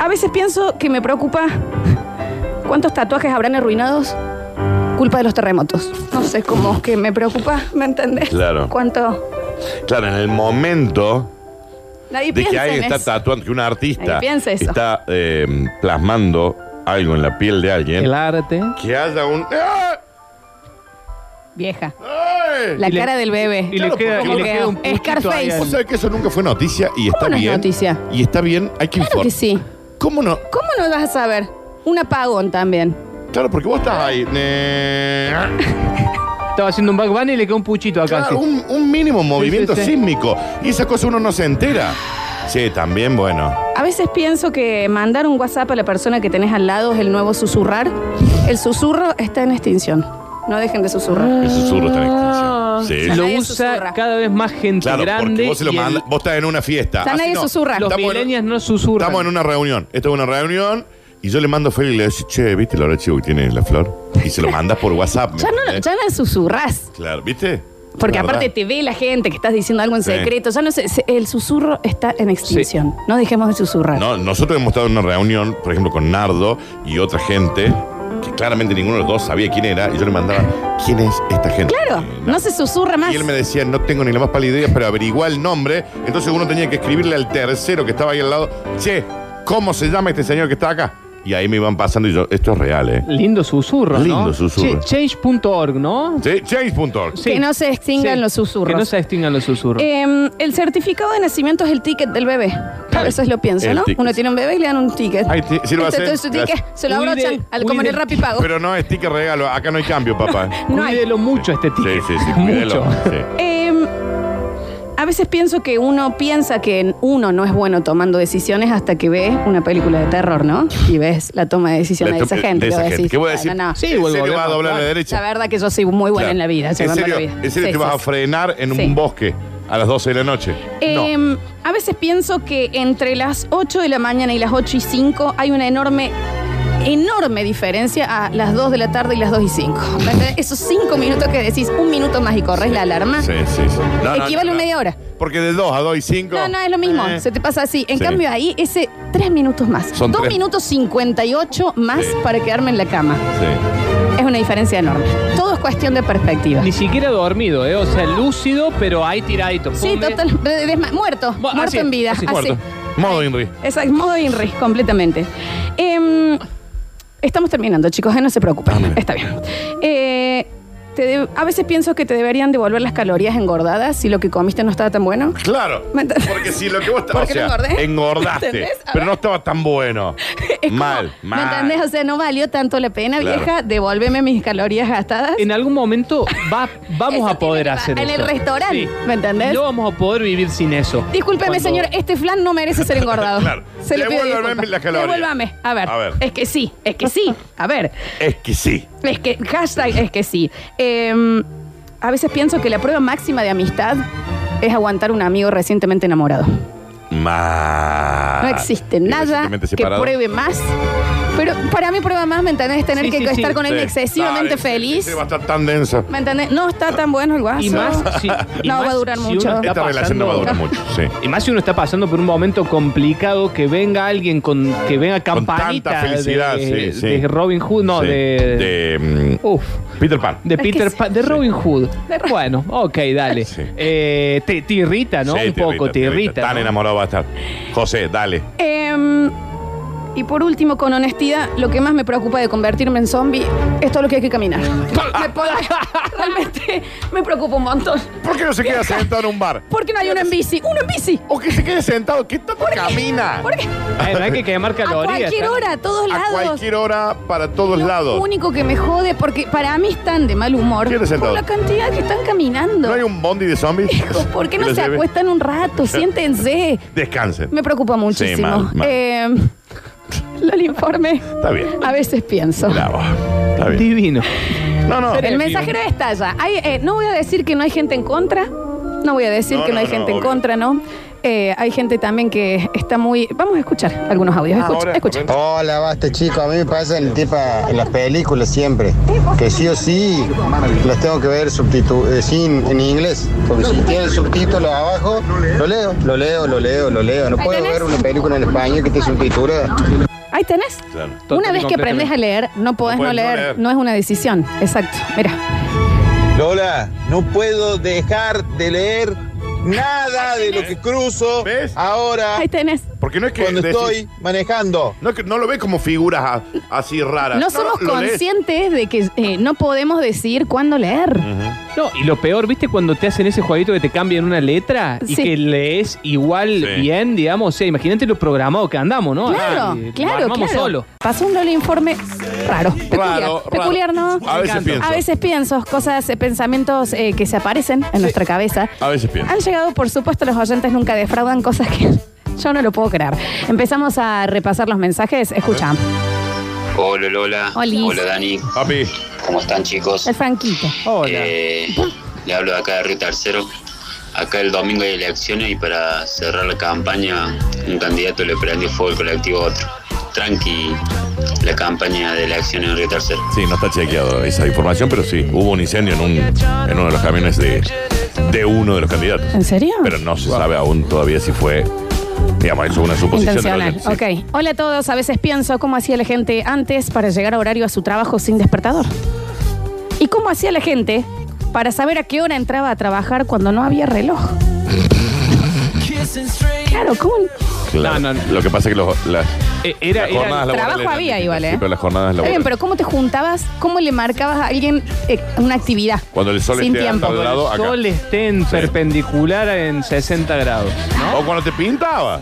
[SPEAKER 1] a veces pienso que me preocupa (laughs) cuántos tatuajes habrán arruinados culpa de los terremotos. No sé, cómo que me preocupa, ¿me entendés?
[SPEAKER 2] Claro.
[SPEAKER 1] Cuánto...
[SPEAKER 2] Claro, en el momento
[SPEAKER 1] Nadie
[SPEAKER 2] de que
[SPEAKER 1] piensa en
[SPEAKER 2] alguien está
[SPEAKER 1] eso.
[SPEAKER 2] tatuando, que un artista
[SPEAKER 1] Ahí piensa eso.
[SPEAKER 2] está eh, plasmando algo en la piel de alguien,
[SPEAKER 3] El arte.
[SPEAKER 2] que haya un. ¡Ah!
[SPEAKER 1] Vieja.
[SPEAKER 2] ¡Ay!
[SPEAKER 1] La
[SPEAKER 3] Y le-
[SPEAKER 1] cara del bebé.
[SPEAKER 3] Y
[SPEAKER 2] Claro,
[SPEAKER 3] le queda,
[SPEAKER 2] porque
[SPEAKER 3] y le
[SPEAKER 1] como
[SPEAKER 3] queda un
[SPEAKER 1] que
[SPEAKER 3] puntito
[SPEAKER 1] Scarface.
[SPEAKER 3] ahí al-
[SPEAKER 2] O sea que eso nunca fue noticia y está
[SPEAKER 1] no es
[SPEAKER 2] bien.
[SPEAKER 1] noticia?
[SPEAKER 2] Y está bien, hay que
[SPEAKER 1] Claro
[SPEAKER 2] informar.
[SPEAKER 1] que sí.
[SPEAKER 2] ¿Cómo no?
[SPEAKER 1] ¿Cómo no vas a saber? Un apagón también.
[SPEAKER 2] Claro, porque vos estás ahí. eh,
[SPEAKER 3] Estaba haciendo un backbone y le queda un puchito acá.
[SPEAKER 2] claro,
[SPEAKER 3] así.
[SPEAKER 2] un, un mínimo movimiento
[SPEAKER 3] sí, sí.
[SPEAKER 2] sísmico. Y esa cosa uno no se entera. Sí, también, bueno.
[SPEAKER 1] A veces pienso que mandar un WhatsApp a la persona que tenés al lado es el nuevo susurrar. El susurro está en extinción. No dejen de susurrar.
[SPEAKER 2] El susurro está en extinción. Sí.
[SPEAKER 1] Ya
[SPEAKER 3] Ah. Lo
[SPEAKER 1] nadie
[SPEAKER 3] usa
[SPEAKER 1] susurra.
[SPEAKER 3] cada vez más gente
[SPEAKER 2] Claro,
[SPEAKER 3] grande.
[SPEAKER 2] porque vos se lo
[SPEAKER 3] y el-
[SPEAKER 2] mandas. Vos estás en una fiesta.
[SPEAKER 1] Ya
[SPEAKER 2] Así
[SPEAKER 1] nadie
[SPEAKER 2] no.
[SPEAKER 1] susurra.
[SPEAKER 3] Los
[SPEAKER 2] Estamos en-
[SPEAKER 3] milenias no susurran.
[SPEAKER 2] Estamos en una reunión. Esto es una reunión. Y yo le mando a Feli y le digo, che, ¿viste el archivo que tiene la flor? Y se lo mandas por WhatsApp. ¿me
[SPEAKER 1] Ya no,
[SPEAKER 2] entendés?
[SPEAKER 1] ya no susurrás.
[SPEAKER 2] Claro, ¿viste?
[SPEAKER 1] Porque
[SPEAKER 2] ¿Verdad?
[SPEAKER 1] aparte te ve la gente que estás diciendo algo en
[SPEAKER 2] Sí.
[SPEAKER 1] secreto. Ya no sé, se- el susurro está en extinción. No dejemos de susurrar.
[SPEAKER 2] No, nosotros hemos estado en una reunión, por ejemplo, con Nardo y otra gente, que claramente ninguno de los dos sabía quién era, y yo le mandaba, ¿quién es esta gente?
[SPEAKER 1] Claro,
[SPEAKER 2] Eh,
[SPEAKER 1] no se susurra más.
[SPEAKER 2] Y él me decía, no tengo ni la más pálida idea, pero averiguá el nombre. Entonces uno tenía que escribirle al tercero que estaba ahí al lado, che, ¿cómo se llama este señor que está acá? Y ahí me iban pasando y yo, esto es real, ¿eh?
[SPEAKER 3] Lindo susurro, ¿no?
[SPEAKER 2] Lindo susurro.
[SPEAKER 3] Ch- Change.org, ¿no?
[SPEAKER 2] Sí, Change.org.
[SPEAKER 3] Sí.
[SPEAKER 1] Que no se extingan los susurros.
[SPEAKER 3] Que no se extingan los susurros.
[SPEAKER 1] Eh, el certificado de nacimiento es el ticket del bebé. A veces lo pienso,
[SPEAKER 2] El
[SPEAKER 1] ¿no?
[SPEAKER 2] ticket.
[SPEAKER 1] Uno tiene un bebé y le dan un ticket.
[SPEAKER 2] Ahí ti- sí lo va a hacer.
[SPEAKER 1] Este, Entonces, su ticket
[SPEAKER 2] Gracias.
[SPEAKER 1] se lo
[SPEAKER 3] Cuide-
[SPEAKER 1] abrochan al como en el
[SPEAKER 3] cuide-
[SPEAKER 1] Rappi Pago.
[SPEAKER 2] Pero no es ticket regalo, acá no hay
[SPEAKER 1] (laughs)
[SPEAKER 2] cambio, papá.
[SPEAKER 1] no hay.
[SPEAKER 3] Cuídelo mucho a este
[SPEAKER 2] Sí,
[SPEAKER 3] ticket.
[SPEAKER 2] sí, sí,
[SPEAKER 3] (laughs) mucho.
[SPEAKER 2] cuídelo. Sí.
[SPEAKER 1] Eh, a veces pienso que uno piensa que uno no es bueno tomando decisiones hasta que ve una película de terror, ¿no? Y ves la toma de decisiones
[SPEAKER 2] La
[SPEAKER 1] de esa
[SPEAKER 2] to-
[SPEAKER 1] gente.
[SPEAKER 2] de
[SPEAKER 1] y
[SPEAKER 2] esa
[SPEAKER 1] vos
[SPEAKER 2] gente.
[SPEAKER 1] decís,
[SPEAKER 2] ¿Qué voy a
[SPEAKER 1] bueno,
[SPEAKER 2] decir?
[SPEAKER 1] no.
[SPEAKER 3] Sí,
[SPEAKER 2] ¿En
[SPEAKER 3] vuelvo,
[SPEAKER 2] serio vas a
[SPEAKER 3] volvemos,
[SPEAKER 2] doblar a la
[SPEAKER 3] claro.
[SPEAKER 1] La
[SPEAKER 2] derecha?
[SPEAKER 1] verdad que yo soy muy buena
[SPEAKER 2] Claro.
[SPEAKER 1] en la vida. soy
[SPEAKER 2] ¿En
[SPEAKER 1] buena en
[SPEAKER 2] serio,
[SPEAKER 1] la vida.
[SPEAKER 2] en serio
[SPEAKER 1] Sí,
[SPEAKER 2] te vas
[SPEAKER 1] sí,
[SPEAKER 2] a
[SPEAKER 1] sí.
[SPEAKER 2] frenar en
[SPEAKER 1] Sí.
[SPEAKER 2] un bosque a las 12 de la noche? no.
[SPEAKER 1] Eh, A veces pienso que entre las 8 de la mañana y las 8 y 5 hay una enorme, enorme diferencia a las 2 de la tarde y las 2 y 5. Esos 5 minutos que decís, un minuto más y corres la alarma,
[SPEAKER 2] Sí, sí, sí. No, no,
[SPEAKER 1] equivale
[SPEAKER 2] no,
[SPEAKER 1] a media hora.
[SPEAKER 2] Porque de 2 a 2 y Eh. 5.
[SPEAKER 1] No, no, es lo mismo. Se te pasa así. En
[SPEAKER 2] Sí.
[SPEAKER 1] cambio, ahí ese 3 minutos más.
[SPEAKER 2] Son
[SPEAKER 1] 2
[SPEAKER 2] tres.
[SPEAKER 1] minutos 58 más
[SPEAKER 2] Sí.
[SPEAKER 1] para quedarme en la cama.
[SPEAKER 2] Sí.
[SPEAKER 1] Es una diferencia enorme. Todo es cuestión de perspectiva.
[SPEAKER 3] Ni siquiera dormido, ¿eh? O sea, lúcido, pero ahí tiradito.
[SPEAKER 1] Sí,
[SPEAKER 3] Ponle-
[SPEAKER 1] total. desma- Muerto.
[SPEAKER 3] Bueno,
[SPEAKER 1] muerto
[SPEAKER 3] así,
[SPEAKER 1] en vida.
[SPEAKER 3] así.
[SPEAKER 1] así.
[SPEAKER 2] Muerto. Modo Inri.
[SPEAKER 1] Exacto, modo INRI, completamente. Em, estamos terminando, chicos, eh, no se preocupen.
[SPEAKER 2] Ah, mira.
[SPEAKER 1] Está bien. Eh, te de- a veces pienso que te deberían devolver las calorías engordadas si lo que comiste no estaba tan bueno.
[SPEAKER 2] Claro.
[SPEAKER 1] ¿Me entendés?
[SPEAKER 2] Porque si lo que vos estabas.
[SPEAKER 1] ¿Por qué no engordé?
[SPEAKER 2] engordaste.
[SPEAKER 1] ¿Entendés? A
[SPEAKER 2] Pero
[SPEAKER 1] ver.
[SPEAKER 2] no estaba tan bueno.
[SPEAKER 1] Es como,
[SPEAKER 2] mal,
[SPEAKER 1] ¿me
[SPEAKER 2] mal.
[SPEAKER 1] entendés? O sea, no valió tanto la pena,
[SPEAKER 2] Claro.
[SPEAKER 1] vieja. Devuélveme mis calorías gastadas.
[SPEAKER 3] En algún momento va-
[SPEAKER 1] Eso
[SPEAKER 3] vamos a poder
[SPEAKER 1] tiene que
[SPEAKER 3] hacer
[SPEAKER 1] va- en
[SPEAKER 3] eso.
[SPEAKER 1] el restaurante, ¿me entendés?
[SPEAKER 3] No vamos a poder vivir sin eso.
[SPEAKER 1] Discúlpeme,
[SPEAKER 3] Cuando-
[SPEAKER 1] señor, este flan no merece ser engordado.
[SPEAKER 2] (laughs) Claro.
[SPEAKER 1] Se le pido
[SPEAKER 2] Devuélveme
[SPEAKER 1] disculpas.
[SPEAKER 2] las calorías.
[SPEAKER 1] Devuélvame. A ver.
[SPEAKER 2] A ver.
[SPEAKER 1] Es que sí, es que sí. A ver.
[SPEAKER 2] Es que sí.
[SPEAKER 1] Es que, hashtag, es que sí. Eh, a veces pienso que la prueba máxima de amistad es aguantar un amigo recientemente enamorado.
[SPEAKER 2] Más.
[SPEAKER 1] No existe nada que pruebe más Pero para mí prueba más, ¿me entendés? Tener
[SPEAKER 3] Sí,
[SPEAKER 1] que
[SPEAKER 3] sí,
[SPEAKER 1] estar
[SPEAKER 3] sí.
[SPEAKER 1] con alguien
[SPEAKER 2] Sí.
[SPEAKER 1] excesivamente
[SPEAKER 2] Dale,
[SPEAKER 1] feliz.
[SPEAKER 2] sí, Va a estar tan densa.
[SPEAKER 1] ¿Me entendés? No está tan bueno el guaso.
[SPEAKER 3] Y más si, y
[SPEAKER 1] No,
[SPEAKER 3] más
[SPEAKER 1] va a durar
[SPEAKER 3] si
[SPEAKER 1] mucho.
[SPEAKER 3] uno está
[SPEAKER 2] Esta relación no va a durar
[SPEAKER 3] pasando-
[SPEAKER 2] mucho, sí.
[SPEAKER 3] Y más si uno está pasando por un momento complicado, que venga alguien con que venga
[SPEAKER 2] Con tanta
[SPEAKER 3] campanita
[SPEAKER 2] felicidad,
[SPEAKER 3] de,
[SPEAKER 2] sí, sí.
[SPEAKER 3] de Robin Hood, no,
[SPEAKER 2] Sí.
[SPEAKER 3] de,
[SPEAKER 2] de,
[SPEAKER 3] uf,
[SPEAKER 2] mm, Peter Pan.
[SPEAKER 3] de
[SPEAKER 1] Es que
[SPEAKER 3] Peter
[SPEAKER 1] sí.
[SPEAKER 3] Pan, de Robin Hood.
[SPEAKER 1] De Ro-
[SPEAKER 3] Bueno, ok, dale.
[SPEAKER 2] Sí.
[SPEAKER 3] Eh, te, te irrita, ¿no?
[SPEAKER 2] Sí,
[SPEAKER 3] un
[SPEAKER 2] te
[SPEAKER 3] poco,
[SPEAKER 2] irrita,
[SPEAKER 3] te irrita.
[SPEAKER 2] Tan
[SPEAKER 3] ¿no?
[SPEAKER 2] enamorado va a estar. José, dale.
[SPEAKER 1] Em, y por último, con honestidad, lo que más me preocupa de convertirme en zombie es todo lo que hay que caminar. Me
[SPEAKER 2] (laughs)
[SPEAKER 1] podría- realmente me preocupa un montón.
[SPEAKER 2] ¿Por qué no se queda sentado en un bar?
[SPEAKER 1] Porque no hay uno en bici. Uno en bici.
[SPEAKER 2] O que se quede sentado, que tanto camina.
[SPEAKER 1] Porque
[SPEAKER 3] Eh, no hay que quemar
[SPEAKER 1] a
[SPEAKER 3] calorías.
[SPEAKER 1] cualquier
[SPEAKER 3] ¿sabes?
[SPEAKER 1] hora, a todos
[SPEAKER 2] A
[SPEAKER 1] lados.
[SPEAKER 2] cualquier hora, para todos
[SPEAKER 1] Lo
[SPEAKER 2] lados.
[SPEAKER 1] único que me jode, porque para mí están de mal humor,
[SPEAKER 2] ¿Quién es el
[SPEAKER 1] por
[SPEAKER 2] dado?
[SPEAKER 1] la cantidad que están caminando.
[SPEAKER 2] ¿No hay un bondi de zombies?
[SPEAKER 1] Hijo, ¿por qué
[SPEAKER 2] Que
[SPEAKER 1] no
[SPEAKER 2] los
[SPEAKER 1] se
[SPEAKER 2] lleve?
[SPEAKER 1] acuestan un
[SPEAKER 2] (laughs)
[SPEAKER 1] rato? Siéntense.
[SPEAKER 2] Descansen.
[SPEAKER 1] Me preocupa muchísimo.
[SPEAKER 2] mal, mal.
[SPEAKER 1] Eh, (laughs) Loli, informe.
[SPEAKER 2] Está bien.
[SPEAKER 1] A veces pienso.
[SPEAKER 2] Bravo. Está bien.
[SPEAKER 3] Divino.
[SPEAKER 2] No, no.
[SPEAKER 1] El
[SPEAKER 3] Bien.
[SPEAKER 1] mensajero está ya. Hay, eh, no voy a decir que no hay gente en contra. No voy a decir
[SPEAKER 2] No,
[SPEAKER 1] que no,
[SPEAKER 2] no,
[SPEAKER 1] hay
[SPEAKER 2] no,
[SPEAKER 1] gente en
[SPEAKER 2] obvio.
[SPEAKER 1] contra, ¿no? Eh, hay gente también que está muy. Vamos a escuchar algunos audios. Escucha,
[SPEAKER 2] Ahora,
[SPEAKER 1] escucha.
[SPEAKER 2] correcto.
[SPEAKER 4] Hola, basta chico, a mí me pasa el tipo en las películas siempre, que sí o sí las tengo que ver subtitu- eh, sin, en inglés, porque si tiene el subtítulo abajo, lo leo, lo leo, lo leo, lo leo, no
[SPEAKER 1] Ahí
[SPEAKER 4] puedo
[SPEAKER 1] tenés.
[SPEAKER 4] ver una película en español que esté subtitulada.
[SPEAKER 1] Ahí tenés.
[SPEAKER 2] Claro.
[SPEAKER 3] Total
[SPEAKER 1] Una
[SPEAKER 3] y
[SPEAKER 1] vez que aprendes a leer, no podés no,
[SPEAKER 2] puedes no
[SPEAKER 1] leer.
[SPEAKER 2] leer.
[SPEAKER 1] No es una decisión. Exacto. Mira.
[SPEAKER 5] Lola, no puedo dejar de leer nada de lo que cruzo
[SPEAKER 2] ¿Ves?
[SPEAKER 5] ahora
[SPEAKER 1] Ahí tenés.
[SPEAKER 2] Porque no es que.
[SPEAKER 5] cuando
[SPEAKER 2] decís-
[SPEAKER 5] estoy manejando.
[SPEAKER 2] No, es que- no lo ves como figuras a- así raras.
[SPEAKER 1] No somos
[SPEAKER 2] lo lees.
[SPEAKER 1] conscientes de que eh, no podemos decidir cuándo leer.
[SPEAKER 2] Mm.
[SPEAKER 3] No, y lo peor, ¿viste? Cuando te hacen ese jueguito que te cambian una letra y
[SPEAKER 1] Sí.
[SPEAKER 3] que lees igual
[SPEAKER 2] Sí.
[SPEAKER 3] bien, digamos. O sea, imagínate lo programado que andamos, ¿no?
[SPEAKER 1] Claro,
[SPEAKER 3] Ah, y
[SPEAKER 1] claro,
[SPEAKER 3] armamos
[SPEAKER 1] claro.
[SPEAKER 3] solo.
[SPEAKER 1] Pasó un doble informe raro, peculiar.
[SPEAKER 2] Raro, raro.
[SPEAKER 1] peculiar, ¿no?
[SPEAKER 2] A veces pienso.
[SPEAKER 1] A veces pienso, cosas, eh, pensamientos eh, que se aparecen en nuestra cabeza.
[SPEAKER 2] A veces pienso.
[SPEAKER 1] Han llegado, por supuesto, los oyentes nunca defraudan cosas que (laughs) yo no lo puedo creer. Empezamos a repasar los mensajes. Escucha,
[SPEAKER 6] Hola Lola.
[SPEAKER 1] Olis.
[SPEAKER 6] Hola Dani.
[SPEAKER 2] Papi,
[SPEAKER 6] ¿Cómo están chicos?
[SPEAKER 1] el Franquito.
[SPEAKER 3] Hola.
[SPEAKER 6] Eh, le hablo de acá de Río Tercero. Acá el domingo hay elecciones y para cerrar la campaña un candidato le prendió fuego al colectivo a otro. Tranqui la campaña de elecciones en Río Tercero.
[SPEAKER 2] sí, no está chequeado esa información, pero sí, hubo un incendio en, un, en uno de los camiones de, de uno de los candidatos.
[SPEAKER 1] ¿En serio?
[SPEAKER 2] Pero no se sabe aún todavía si fue, digamos, eso es una suposición. de
[SPEAKER 1] Intencional.
[SPEAKER 2] los- sí.
[SPEAKER 1] Ok. Hola a todos. A veces pienso cómo hacía la gente antes para llegar a horario a su trabajo sin despertador. Y cómo hacía la gente para saber a qué hora entraba a trabajar cuando no había
[SPEAKER 2] (laughs)
[SPEAKER 1] reloj. Claro, ¿cómo?
[SPEAKER 2] Claro.
[SPEAKER 3] No, no, no.
[SPEAKER 2] Lo que pasa es que los, las,
[SPEAKER 3] Eh, era,
[SPEAKER 2] las jornadas
[SPEAKER 3] era,
[SPEAKER 2] laborales
[SPEAKER 1] Trabajo
[SPEAKER 2] eran
[SPEAKER 1] había
[SPEAKER 2] distintas,
[SPEAKER 1] igual, ¿eh?
[SPEAKER 2] sí, pero las jornadas
[SPEAKER 1] Está bien,
[SPEAKER 2] laborales.
[SPEAKER 1] pero ¿cómo te juntabas? ¿Cómo le marcabas a alguien eh, una actividad?
[SPEAKER 2] Cuando el sol
[SPEAKER 1] Sin
[SPEAKER 2] esté
[SPEAKER 1] tiempo.
[SPEAKER 2] al lado, acá.
[SPEAKER 3] sol esté en perpendicular en 60 grados.
[SPEAKER 2] O cuando te pintaba.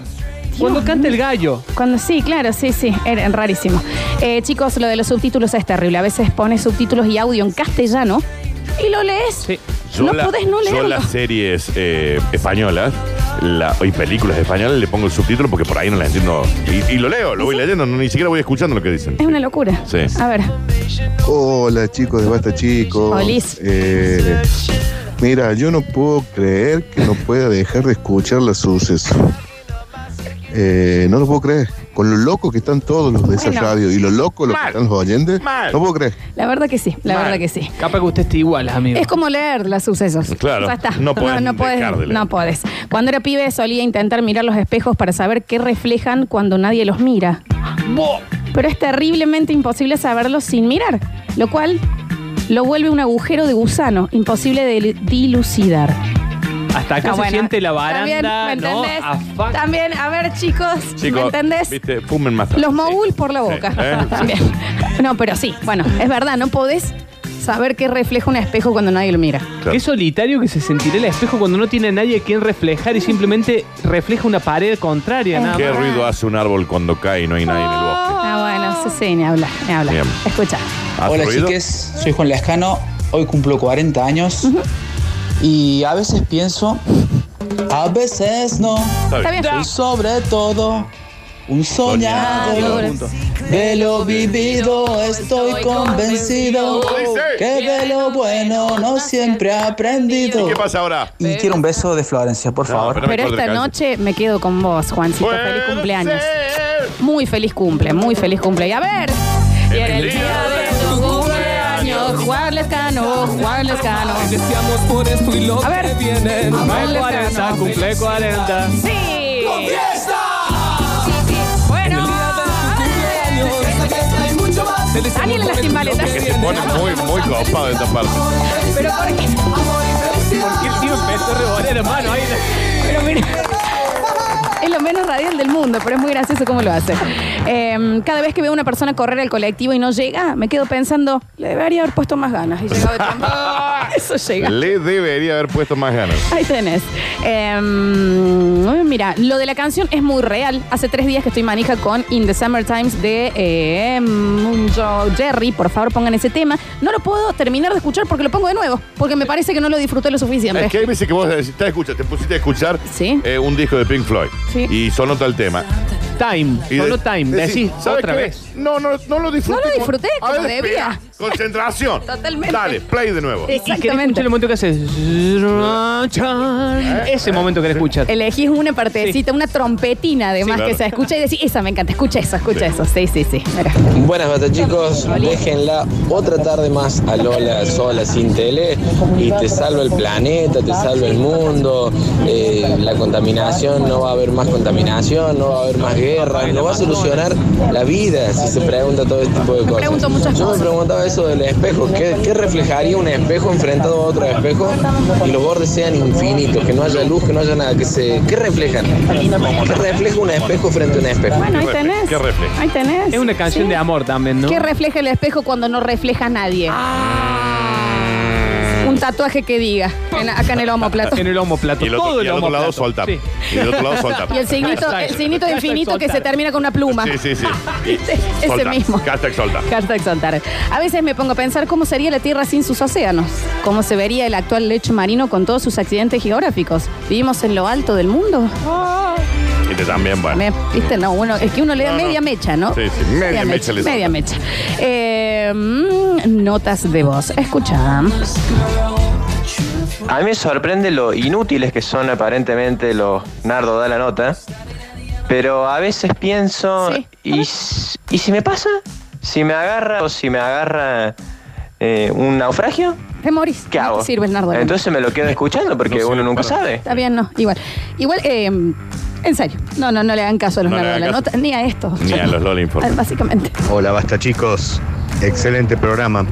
[SPEAKER 3] Cuando canta el gallo.
[SPEAKER 1] Cuando sí, claro, sí, sí, era rarísimo. Eh, chicos, lo de los subtítulos es terrible. A veces pones subtítulos y audio en castellano y lo lees.
[SPEAKER 3] Sí.
[SPEAKER 2] Yo
[SPEAKER 1] no
[SPEAKER 2] la-
[SPEAKER 1] podés no
[SPEAKER 2] Yo
[SPEAKER 1] leerlo.
[SPEAKER 2] las series eh, españolas la- y películas españolas le pongo el subtítulo porque por ahí no las entiendo. Y, y lo leo, lo voy leyendo, no, ni siquiera voy escuchando lo que dicen.
[SPEAKER 1] Es una locura.
[SPEAKER 2] Sí.
[SPEAKER 1] A ver,
[SPEAKER 7] Hola chicos de Basta Chicos.
[SPEAKER 1] Olis.
[SPEAKER 7] Eh, mira, yo no puedo creer que no pueda dejar de escuchar las sucesos. Eh, no lo puedo creer. Con lo loco que están todos los de esa
[SPEAKER 1] Bueno.
[SPEAKER 7] radio y lo loco lo
[SPEAKER 2] Mal.
[SPEAKER 7] que están los oyentes,
[SPEAKER 2] Mal.
[SPEAKER 7] no puedo creer.
[SPEAKER 1] la verdad que sí, la
[SPEAKER 2] Mal.
[SPEAKER 1] verdad que sí.
[SPEAKER 3] Capaz que usted esté igual, amigo.
[SPEAKER 1] Es como leer los sucesos.
[SPEAKER 2] Claro.
[SPEAKER 1] Ya está.
[SPEAKER 2] No podés dejar de leer.
[SPEAKER 1] no podés. Cuando era pibe solía intentar mirar los espejos para saber qué reflejan cuando nadie los mira. Pero es terriblemente imposible saberlo sin mirar, lo cual lo vuelve un agujero de gusano, imposible de dilucidar.
[SPEAKER 3] Hasta acá
[SPEAKER 1] No,
[SPEAKER 3] se
[SPEAKER 1] Ah, bueno,
[SPEAKER 3] siente la
[SPEAKER 1] también,
[SPEAKER 3] baranda,
[SPEAKER 1] ¿me
[SPEAKER 3] ¿no?
[SPEAKER 1] entendés?
[SPEAKER 3] A fa-
[SPEAKER 1] También, a ver, chicos, ¿me
[SPEAKER 2] Chicos,
[SPEAKER 1] entendés?
[SPEAKER 2] viste, fumen más tarde.
[SPEAKER 1] Los mogul por la boca.
[SPEAKER 2] Sí, ¿eh?
[SPEAKER 1] (laughs) También. No, pero sí, bueno, es verdad, no podés saber qué refleja un espejo cuando nadie lo mira.
[SPEAKER 2] Claro.
[SPEAKER 3] Qué solitario que se sentirá el espejo cuando no tiene a nadie a quien reflejar y simplemente refleja una pared contraria,
[SPEAKER 1] Es
[SPEAKER 3] nada
[SPEAKER 2] ¿Qué
[SPEAKER 3] más.
[SPEAKER 2] ruido hace un árbol cuando cae y no hay nadie en el bosque?
[SPEAKER 1] Ah, bueno, sí, sí, ni habla, ni habla.
[SPEAKER 2] Bien.
[SPEAKER 1] Escucha.
[SPEAKER 2] ¿Hace
[SPEAKER 8] Hola
[SPEAKER 2] ruido?
[SPEAKER 8] chiques, soy Juan Lescano, hoy cumplo 40 años y a veces pienso, a veces no,
[SPEAKER 1] Está bien.
[SPEAKER 8] y sobre todo un soñador. De lo vivido estoy convencido que de lo bueno no siempre he aprendido.
[SPEAKER 2] ¿Qué pasa ahora?
[SPEAKER 8] Y quiero un beso de Florencia, por favor.
[SPEAKER 1] Pero
[SPEAKER 2] No, me corte
[SPEAKER 1] esta
[SPEAKER 2] el calcio.
[SPEAKER 1] noche me quedo con vos, Juancito. Feliz cumpleaños.
[SPEAKER 2] Puede ser.
[SPEAKER 1] Muy feliz cumple, muy feliz cumple. Y a ver. Y en el día de tu cumpleaños, Juan Lescano, Juan Lescano.
[SPEAKER 9] Deseamos por esto y lo
[SPEAKER 1] A ver.
[SPEAKER 9] que viene.
[SPEAKER 1] Juan Lescano.
[SPEAKER 3] cumple 40.
[SPEAKER 1] Sí.
[SPEAKER 9] En el
[SPEAKER 1] Bueno.
[SPEAKER 9] día de tu cumpleaños, esta fiesta y mucho más. Te deseamos
[SPEAKER 1] Daniel en las
[SPEAKER 9] por esto y lo
[SPEAKER 1] timbaletas.
[SPEAKER 9] que
[SPEAKER 2] Que se
[SPEAKER 9] viene.
[SPEAKER 2] pone muy, muy copado esta parte.
[SPEAKER 1] Pero ¿por qué?
[SPEAKER 9] Porque el tío empezó a revolver, hermano. Ahí
[SPEAKER 1] Pero mira. Es lo menos radial del mundo, pero es muy gracioso cómo lo hace. Eh, cada vez que veo a una persona correr al colectivo y no llega, me quedo pensando, le debería haber puesto más ganas. Y llegado de tiempo. (laughs) Eso llega.
[SPEAKER 2] Le debería haber puesto más ganas.
[SPEAKER 1] Ahí tenés. Eh, mira, lo de la canción es muy real. Hace tres días que estoy manija con In the Summer Times de eh, Joe Jerry. Por favor, pongan ese tema. No lo puedo terminar de escuchar porque lo pongo de nuevo, porque me parece que no lo disfruté lo suficiente.
[SPEAKER 2] Es que hay veces que vos decís, te escuchas, te pusiste a escuchar
[SPEAKER 1] Sí.
[SPEAKER 2] eh, un disco de Pink Floyd
[SPEAKER 1] Sí.
[SPEAKER 2] y sonó tal tema.
[SPEAKER 3] Time,
[SPEAKER 2] Y
[SPEAKER 3] solo
[SPEAKER 2] de-
[SPEAKER 3] time. Decís, otra
[SPEAKER 2] qué?
[SPEAKER 3] vez.
[SPEAKER 2] No, no, no lo disfruté.
[SPEAKER 1] No lo disfruté
[SPEAKER 2] con-
[SPEAKER 1] como
[SPEAKER 2] A ver,
[SPEAKER 1] debía.
[SPEAKER 2] espera. Concentración.
[SPEAKER 1] Totalmente.
[SPEAKER 2] Dale, play de nuevo.
[SPEAKER 3] Y querés escuchar el momento que haces. Ese momento que le escuchas.
[SPEAKER 1] Elegís una partecita, una trompetina además
[SPEAKER 2] Sí,
[SPEAKER 1] que
[SPEAKER 2] claro.
[SPEAKER 1] se escucha y decís, esa me encanta, escucha eso, escucha eso. Sí, sí, sí. Mira.
[SPEAKER 10] Buenas bata chicos, déjenla otra tarde más a Lola sola sin tele y te salva el planeta, te salva el mundo, eh, la contaminación, no va a haber más contaminación, no va a haber más guerra, no va a solucionar la vida si se pregunta todo este tipo de cosas.
[SPEAKER 1] pregunto muchas
[SPEAKER 10] Yo me
[SPEAKER 1] cosas.
[SPEAKER 10] preguntaba eso del espejo, ¿qué, qué reflejaría un espejo enfrentado a otro espejo y los bordes sean infinitos, que no haya luz, que no haya nada, que se... ¿Qué reflejan? ¿Qué refleja un espejo frente a un espejo?
[SPEAKER 1] Bueno, ahí
[SPEAKER 2] ¿Qué
[SPEAKER 1] tenés.
[SPEAKER 2] refleja? ¿Qué refleja?
[SPEAKER 1] Ahí tenés.
[SPEAKER 3] Es una canción
[SPEAKER 1] Sí.
[SPEAKER 3] de amor también, ¿no?
[SPEAKER 1] ¿Qué refleja el espejo cuando no refleja a nadie? Un tatuaje que diga, en- acá en el homoplato.
[SPEAKER 3] Ah. En el homoplato.
[SPEAKER 2] Y el otro,
[SPEAKER 3] Todo
[SPEAKER 2] y
[SPEAKER 3] el
[SPEAKER 2] al otro lado
[SPEAKER 3] homoplato.
[SPEAKER 2] soltar.
[SPEAKER 3] Sí.
[SPEAKER 2] Y del otro lado soltar.
[SPEAKER 1] (laughs) Y el signito, el signito de infinito que se termina con una pluma.
[SPEAKER 2] Sí,
[SPEAKER 1] (laughs)
[SPEAKER 2] sí, sí.
[SPEAKER 1] Este, Ese
[SPEAKER 2] Soltar.
[SPEAKER 1] mismo.
[SPEAKER 2] Hashtag soltar.
[SPEAKER 1] Hashtag soltar. A veces me pongo a pensar cómo sería la Tierra sin sus océanos, cómo se vería el actual lecho marino con todos sus accidentes geográficos. ¿Vivimos en lo alto del mundo?
[SPEAKER 2] Y te Este también, bueno.
[SPEAKER 1] Me- ¿Viste? No, bueno, es que uno le da
[SPEAKER 2] No, no.
[SPEAKER 1] media mecha, ¿no?
[SPEAKER 2] Sí, sí, media mecha le da.
[SPEAKER 1] Media mecha. Eh, mm, notas de voz. Escucha.
[SPEAKER 10] A mí me sorprende lo inútiles que son aparentemente los Nardo da la nota, pero a veces pienso,
[SPEAKER 1] Sí.
[SPEAKER 10] ¿y, s- ¿y si me pasa? ¿Si me agarra o si me agarra eh, un naufragio?
[SPEAKER 1] Te morís.
[SPEAKER 10] ¿Qué
[SPEAKER 1] No
[SPEAKER 10] hago?
[SPEAKER 1] te sirve el nardo.
[SPEAKER 10] Entonces me lo quedo escuchando porque
[SPEAKER 2] No sirve
[SPEAKER 10] uno nunca
[SPEAKER 2] para nada.
[SPEAKER 10] sabe.
[SPEAKER 1] Está bien, no. Igual. Igual, eh, en serio. No, no, no le hagan caso a los
[SPEAKER 2] No le
[SPEAKER 1] nardos de la
[SPEAKER 2] hagan
[SPEAKER 1] nota,
[SPEAKER 2] caso.
[SPEAKER 1] ni a estos.
[SPEAKER 2] Ni a los Lola
[SPEAKER 1] Ah,
[SPEAKER 2] Informe.
[SPEAKER 1] Básicamente.
[SPEAKER 11] Hola, basta chicos. Excelente programa.